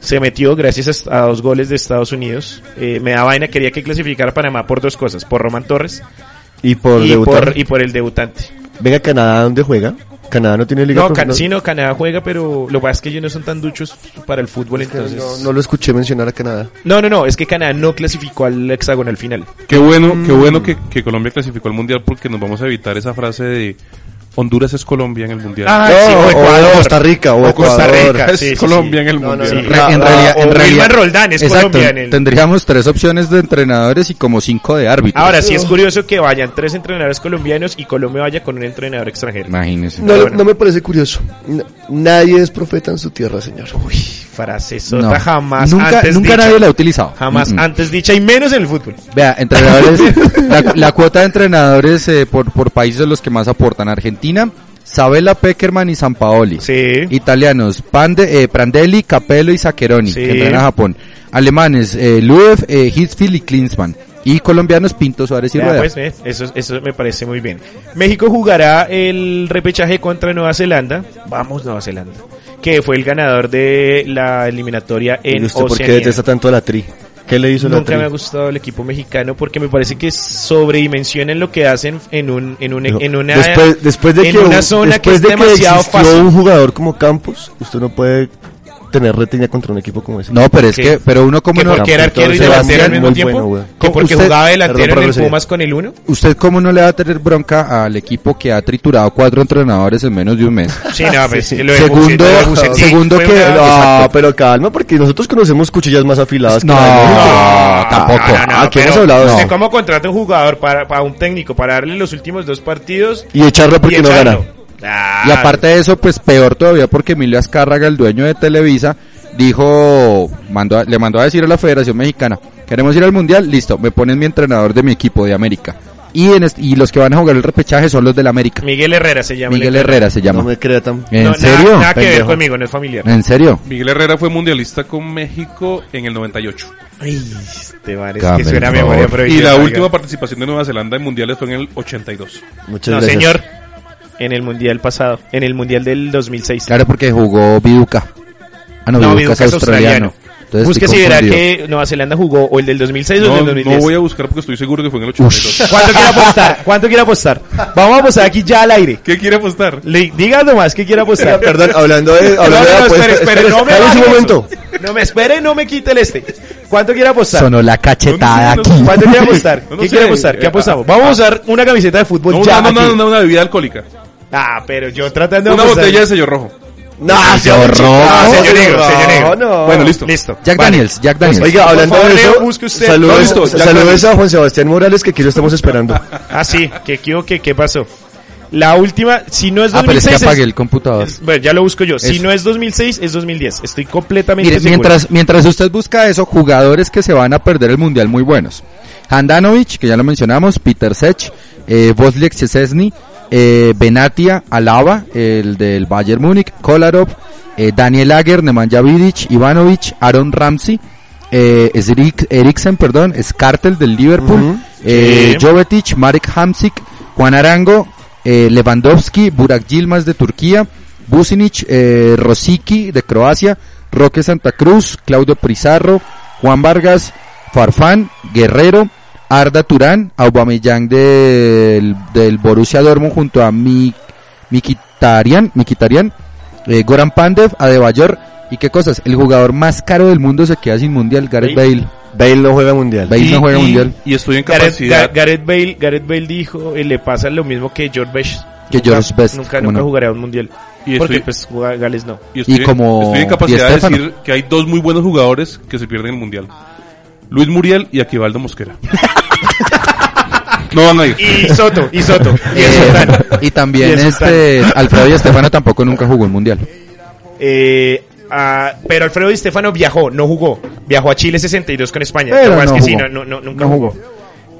A: se metió gracias a, a dos goles de Estados Unidos. Eh, me da vaina, quería que clasificara a Panamá por dos cosas, por Román Torres
C: Y por,
A: y
C: debutar.
A: por, y por el debutante.
C: Venga, Canadá, ¿dónde juega? Canadá no tiene liga
A: No, Can-
C: profesional.
A: sí, no, Canadá juega, pero lo que pasa es que ellos no son tan duchos para el fútbol, entonces...
C: No, no lo escuché mencionar a Canadá.
A: No, no, no, es que Canadá no clasificó al hexagonal final.
D: Qué bueno, qué
A: Mm.
D: bueno que, que Colombia clasificó al Mundial porque nos vamos a evitar esa frase de Honduras es Colombia en el Mundial.
A: Ah, sí, o
C: o
A: Ecuador.
C: Costa Rica, o,
A: O Costa
C: Ecuador.
A: Rica.
D: es
A: sí, sí,
D: Colombia
A: sí.
D: en el
C: No, no,
D: Mundial.
A: Sí.
B: Re- en
C: Ah,
B: realidad,
A: o
B: en realidad-
A: Wilmar Roldán es
B: Exacto,
A: Colombia en el-
B: Tendríamos tres opciones de entrenadores y como cinco de árbitros.
A: Ahora sí es curioso que vayan tres entrenadores colombianos y Colombia vaya con un entrenador extranjero.
B: Imagínense.
C: No,
A: Bueno.
C: no me parece curioso. N- nadie es profeta en su tierra, señor.
A: Uy, frase sota
B: No.
A: jamás
B: Nunca,
A: antes
B: nunca
A: dicha.
B: nadie la ha utilizado.
A: Jamás
B: Mm, mm.
A: antes dicha y menos en el fútbol.
B: Vea, entrenadores, la, la cuota de entrenadores eh, por, por países los que más aportan. Argentina, Sabela Peckerman y Sampaoli.
A: Sí.
B: Italianos, Pande, eh, Prandelli, Capello y Saccheroni,
A: Sí.
B: que entrenan a Japón. Alemanes, eh, Luev, eh, Hitzfield y Klinsmann. Y colombianos, Pinto Suárez y
A: Ya,
B: Rueda.
A: pues, eh, eso, eso me parece muy bien. México jugará el repechaje contra Nueva Zelanda. Vamos, Nueva Zelanda. Que fue el ganador de la eliminatoria en
C: ¿Y usted por qué
A: Oceanía.
C: detesta tanto a la tri? ¿Qué le hizo la
A: Nunca
C: tri?
A: me ha gustado el equipo mexicano porque me parece que sobredimensionan lo que hacen en un en un en una
C: después, después de
A: en
C: que
A: una
C: un-
A: zona que
C: después
A: es
C: de
A: demasiado
C: existió
A: fácil.
C: un jugador como Campos, usted no puede tener reteña contra un equipo como ese.
B: No, pero es
A: Sí.
B: que, pero uno como
A: que
B: no,
A: porque era arquero y
C: Entonces,
A: delantero al
C: muy
A: mismo
C: bueno,
A: tiempo,
C: güey.
A: que
B: ¿Cómo
A: porque
B: usted-
A: jugaba
C: Perdón
A: delantero
C: por
A: en el
C: grosería.
A: Pumas con el 1.
B: usted cómo no le va a tener bronca al equipo que ha triturado cuatro entrenadores en menos de un mes.
A: Sí, no, pues, que lo de
B: Segundo,
A: Bucet- lo de Bucetich
B: segundo
A: fue
B: que-
A: una-
B: no,
C: Ah, pero calma, porque nosotros conocemos cuchillas más afiladas
B: No,
C: que la de México.
B: no, tampoco.
A: No, no, no,
C: Ah, ¿qué
A: pero
C: hemos hablado?
A: ¿usted
C: No.
A: cómo contrata un jugador para, para un técnico para darle los últimos dos partidos
C: Y echarlo porque
A: y
C: no
A: echarlo?
C: gana.
A: Ah,
B: Y aparte de eso, pues peor todavía porque Emilio Azcárraga, el dueño de Televisa, dijo, mandó a- le mandó a decir a la Federación Mexicana, queremos ir al Mundial, listo, me ponen mi entrenador de mi equipo de América. Y, en est- y los que van a jugar el repechaje son los del América.
A: Miguel Herrera se llama.
B: Miguel
A: el-
B: Herrera se
C: No
B: llama.
C: me crea tan.
B: ¿En
A: No, nada-
B: serio? Eh.
A: Nada, que ver
C: Pendejo.
A: conmigo, no es familiar.
B: ¿En serio?
D: Miguel Herrera fue mundialista con México en el 98.
A: Ay, este man, es que
B: Cambio,
A: suena a
B: por
A: memoria
B: favor.
D: Y
A: provincial,
D: la
A: oiga.
D: última participación de Nueva Zelanda en mundiales fue en el 82.
C: Muchas
A: No,
C: gracias.
A: señor. En el mundial pasado, en el mundial del 2006.
B: Claro, porque jugó Viduca. Ah, no,
A: No,
B: Viduca es
A: Viduca es
B: australiano. Entonces
A: Busque
B: estoy
A: si verá
B: confundido.
A: que Nueva Zelanda jugó o el del 2006 o el
D: No,
A: del
D: no
A: 2010.
D: voy a buscar porque estoy seguro que fue en el 82.
A: ¿Cuánto quiere apostar? ¿Cuánto quiere apostar? Vamos a apostar aquí ya al aire.
D: ¿Qué quiere apostar?
A: Le, diga nomás que quiere apostar.
C: Perdón, hablando
A: No,
C: de.
A: no,
C: Hablando de
A: no,
C: apuestas,
A: espere, espere,
C: espere,
A: no me
C: espere
A: haga
C: un
A: eso.
C: momento.
A: No me espere, no me quite el este. ¿Cuánto quiere apostar?
B: Sonó la cachetada
D: No, no, no,
B: aquí.
D: no,
A: ¿Cuánto quiere apostar?
D: No, no
A: ¿Qué
D: sé.
A: quiere apostar? ¿Qué
D: Eh,
A: apostamos?
D: ah,
A: Vamos a
D: ah.
A: usar una camiseta de fútbol
D: No,
A: Pues ya.
D: no, no,
A: aquí.
D: no, no, una bebida alcohólica.
A: Ah, pero yo tratando de
D: Una
A: apostar. Ah,
D: botella de sello rojo.
C: No,
B: señor Rojo.
A: señor negro, señor negro.
C: No,
D: Bueno, listo.
A: Listo.
B: Jack
A: Vale.
B: Daniels, Jack Daniels.
C: Oiga, hablando
A: favor,
C: de
A: Leo,
C: eso,
A: busque usted.
C: saludos,
D: No, listo, ya
C: saludos
D: está.
C: a Juan Sebastián Morales, que aquí lo estamos esperando.
A: Ah, sí, que equivoqué, ¿qué pasó? La última, si no es
B: ah, pero es
A: 2006.
B: que apague
A: es-
B: el computador.
A: es- bueno, ya lo busco yo. Si
B: Eso.
A: no es 2006, es 2010. Estoy completamente
B: Mire,
A: seguro.
B: mientras, mientras usted busca eso, jugadores que se van a perder el mundial muy buenos. Handanovic, que ya lo mencionamos, Peter Sech, eh, Boslek Szczesny, eh, Benatia, Alaba, el del Bayern Múnich, Kolarov, eh, Daniel Lager, Nemanja Vidic, Ivanovic, Aaron Ramsey, eh, Zrik- Eriksen, perdón, Skartel del Liverpool, eh,
A: Sí.
B: Jovetic, Marek Hamsik, Juan Arango, eh, Lewandowski, Burak Yilmaz de Turquía, Businic, eh, Rosicky de Croacia, Roque Santa Cruz, Claudio Pizarro, Juan Vargas, Farfán, Guerrero, Arda Turán, Aubameyang del, del Borussia Dortmund junto a Mi- Mikitarian, Mikitarian eh, Goran Pandev, Adebayor y qué cosas, el jugador más caro del mundo se queda sin mundial, Gareth Bale.
C: Bale no juega mundial.
B: Bale no juega mundial.
D: y estoy en
A: Gareth,
D: capacidad.
A: Ga- Gareth Bale, Gareth Bale dijo, eh, le pasa lo mismo que George Best.
B: Que George Best,
A: Nunca,
B: ¿cómo
A: nunca
B: no?
A: jugará un mundial.
D: Y
A: porque
D: estoy-
A: pues juega- Gales no.
D: Y estoy,
B: Y como
D: estoy en capacidad
B: Di
D: de
B: Stéfano.
D: decir que hay dos muy buenos jugadores que se pierden el mundial: Luis Muriel y Aquivaldo Mosquera. no van a ir.
A: Y Soto, y Soto. y
B: Eh,
A: Sultán.
B: y también
A: Y es
B: este Alfredo y Estefano tampoco nunca jugó el mundial.
A: Eh, ah, pero Alfredo Di Stefano viajó, no jugó. Viajó a Chile 62 con España.
B: Pero
A: Lo más
B: no
A: que sí,
B: jugó.
A: no- no- nunca
B: No
A: jugó.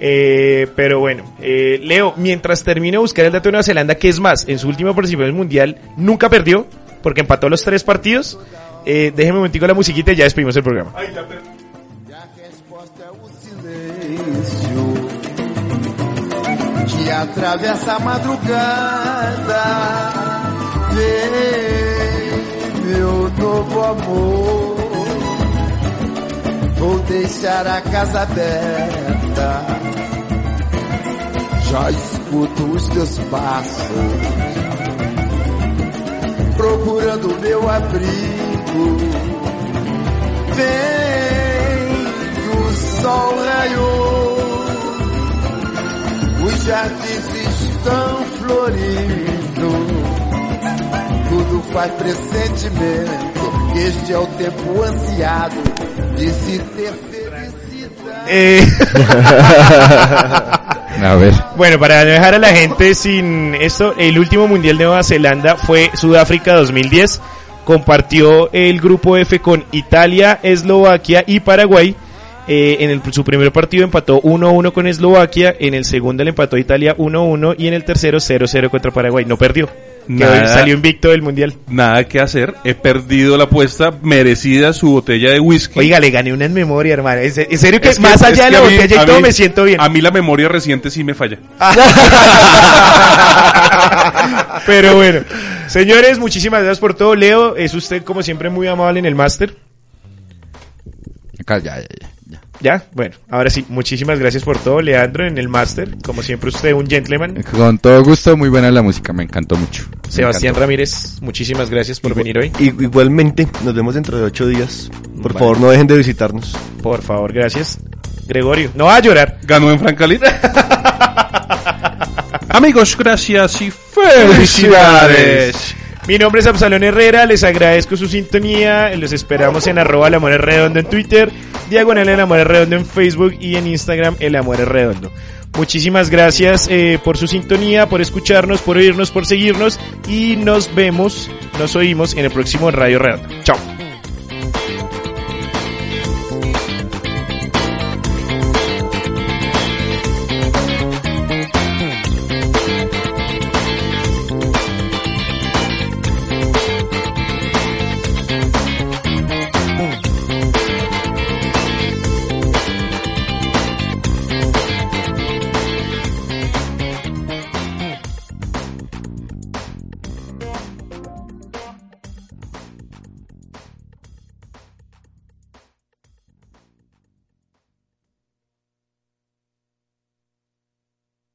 A: Eh, pero bueno, eh, Leo, mientras termino de buscar el dato de Nueva Zelanda, que es más, en su última participación en el mundial nunca perdió, porque empató los tres partidos. Eh, déjeme un momentico la musiquita y ya despedimos el programa.
E: resposta é o silêncio que atravessa a madrugada. Vem, meu novo amor, vou deixar a casa aberta. Já escuto os teus passos, procurando meu abrigo. Vem, o sol raiou, os jardins estão florindo, tudo faz pressentimento, este é o tempo ansiado de se ter felicidade.
A: Eh,
B: A ver.
A: Bueno, para no dejar a la gente sin esto, el último Mundial de Nueva Zelanda fue Sudáfrica 2010. Compartió el grupo F con Italia, Eslovaquia y Paraguay. Eh, en el- su primer partido empató 1-1 con Eslovaquia, en el segundo le empató a Italia 1-1 y en el tercero 0-0 contra Paraguay. No perdió. Quedó-
D: Nada.
A: salió invicto del Mundial.
D: Nada que hacer. He perdido la apuesta merecida su botella de whisky.
A: Oiga, le gané una en memoria, hermano. En se- en serio que
D: Es que-
A: más allá de
D: es que
A: la
D: a mí-
A: botella
D: a
A: y todo
D: mí-
A: me siento bien.
D: A mí la memoria reciente sí me falla.
A: Pero bueno, señores, muchísimas gracias por todo. Leo, es usted como siempre muy amable en el máster.
B: Acá, ya, ya, ya, ya.
A: Ya, bueno, ahora sí, muchísimas gracias por todo, Leandro, en el máster. Como siempre, usted un gentleman.
B: Con todo gusto, muy buena la música, me encantó mucho. Me
A: Sebastián
B: encantó.
A: Ramírez, muchísimas gracias por venir hoy.
C: I- Igualmente, nos vemos dentro de ocho días. Por
A: Vale.
C: favor, no dejen de visitarnos.
A: Por favor, gracias. Gregorio, no va a llorar.
D: Ganó en Francalí. Amigos, gracias y felicidades.
A: Mi nombre es Absalón Herrera, les agradezco su sintonía, los esperamos en arroba el amor es redondo en Twitter, diagonal el amor es redondo en Facebook y en Instagram el amor es redondo. Muchísimas gracias eh, por su sintonía, por escucharnos, por oírnos, por seguirnos y nos vemos, nos oímos en el próximo Radio Redondo. Chao.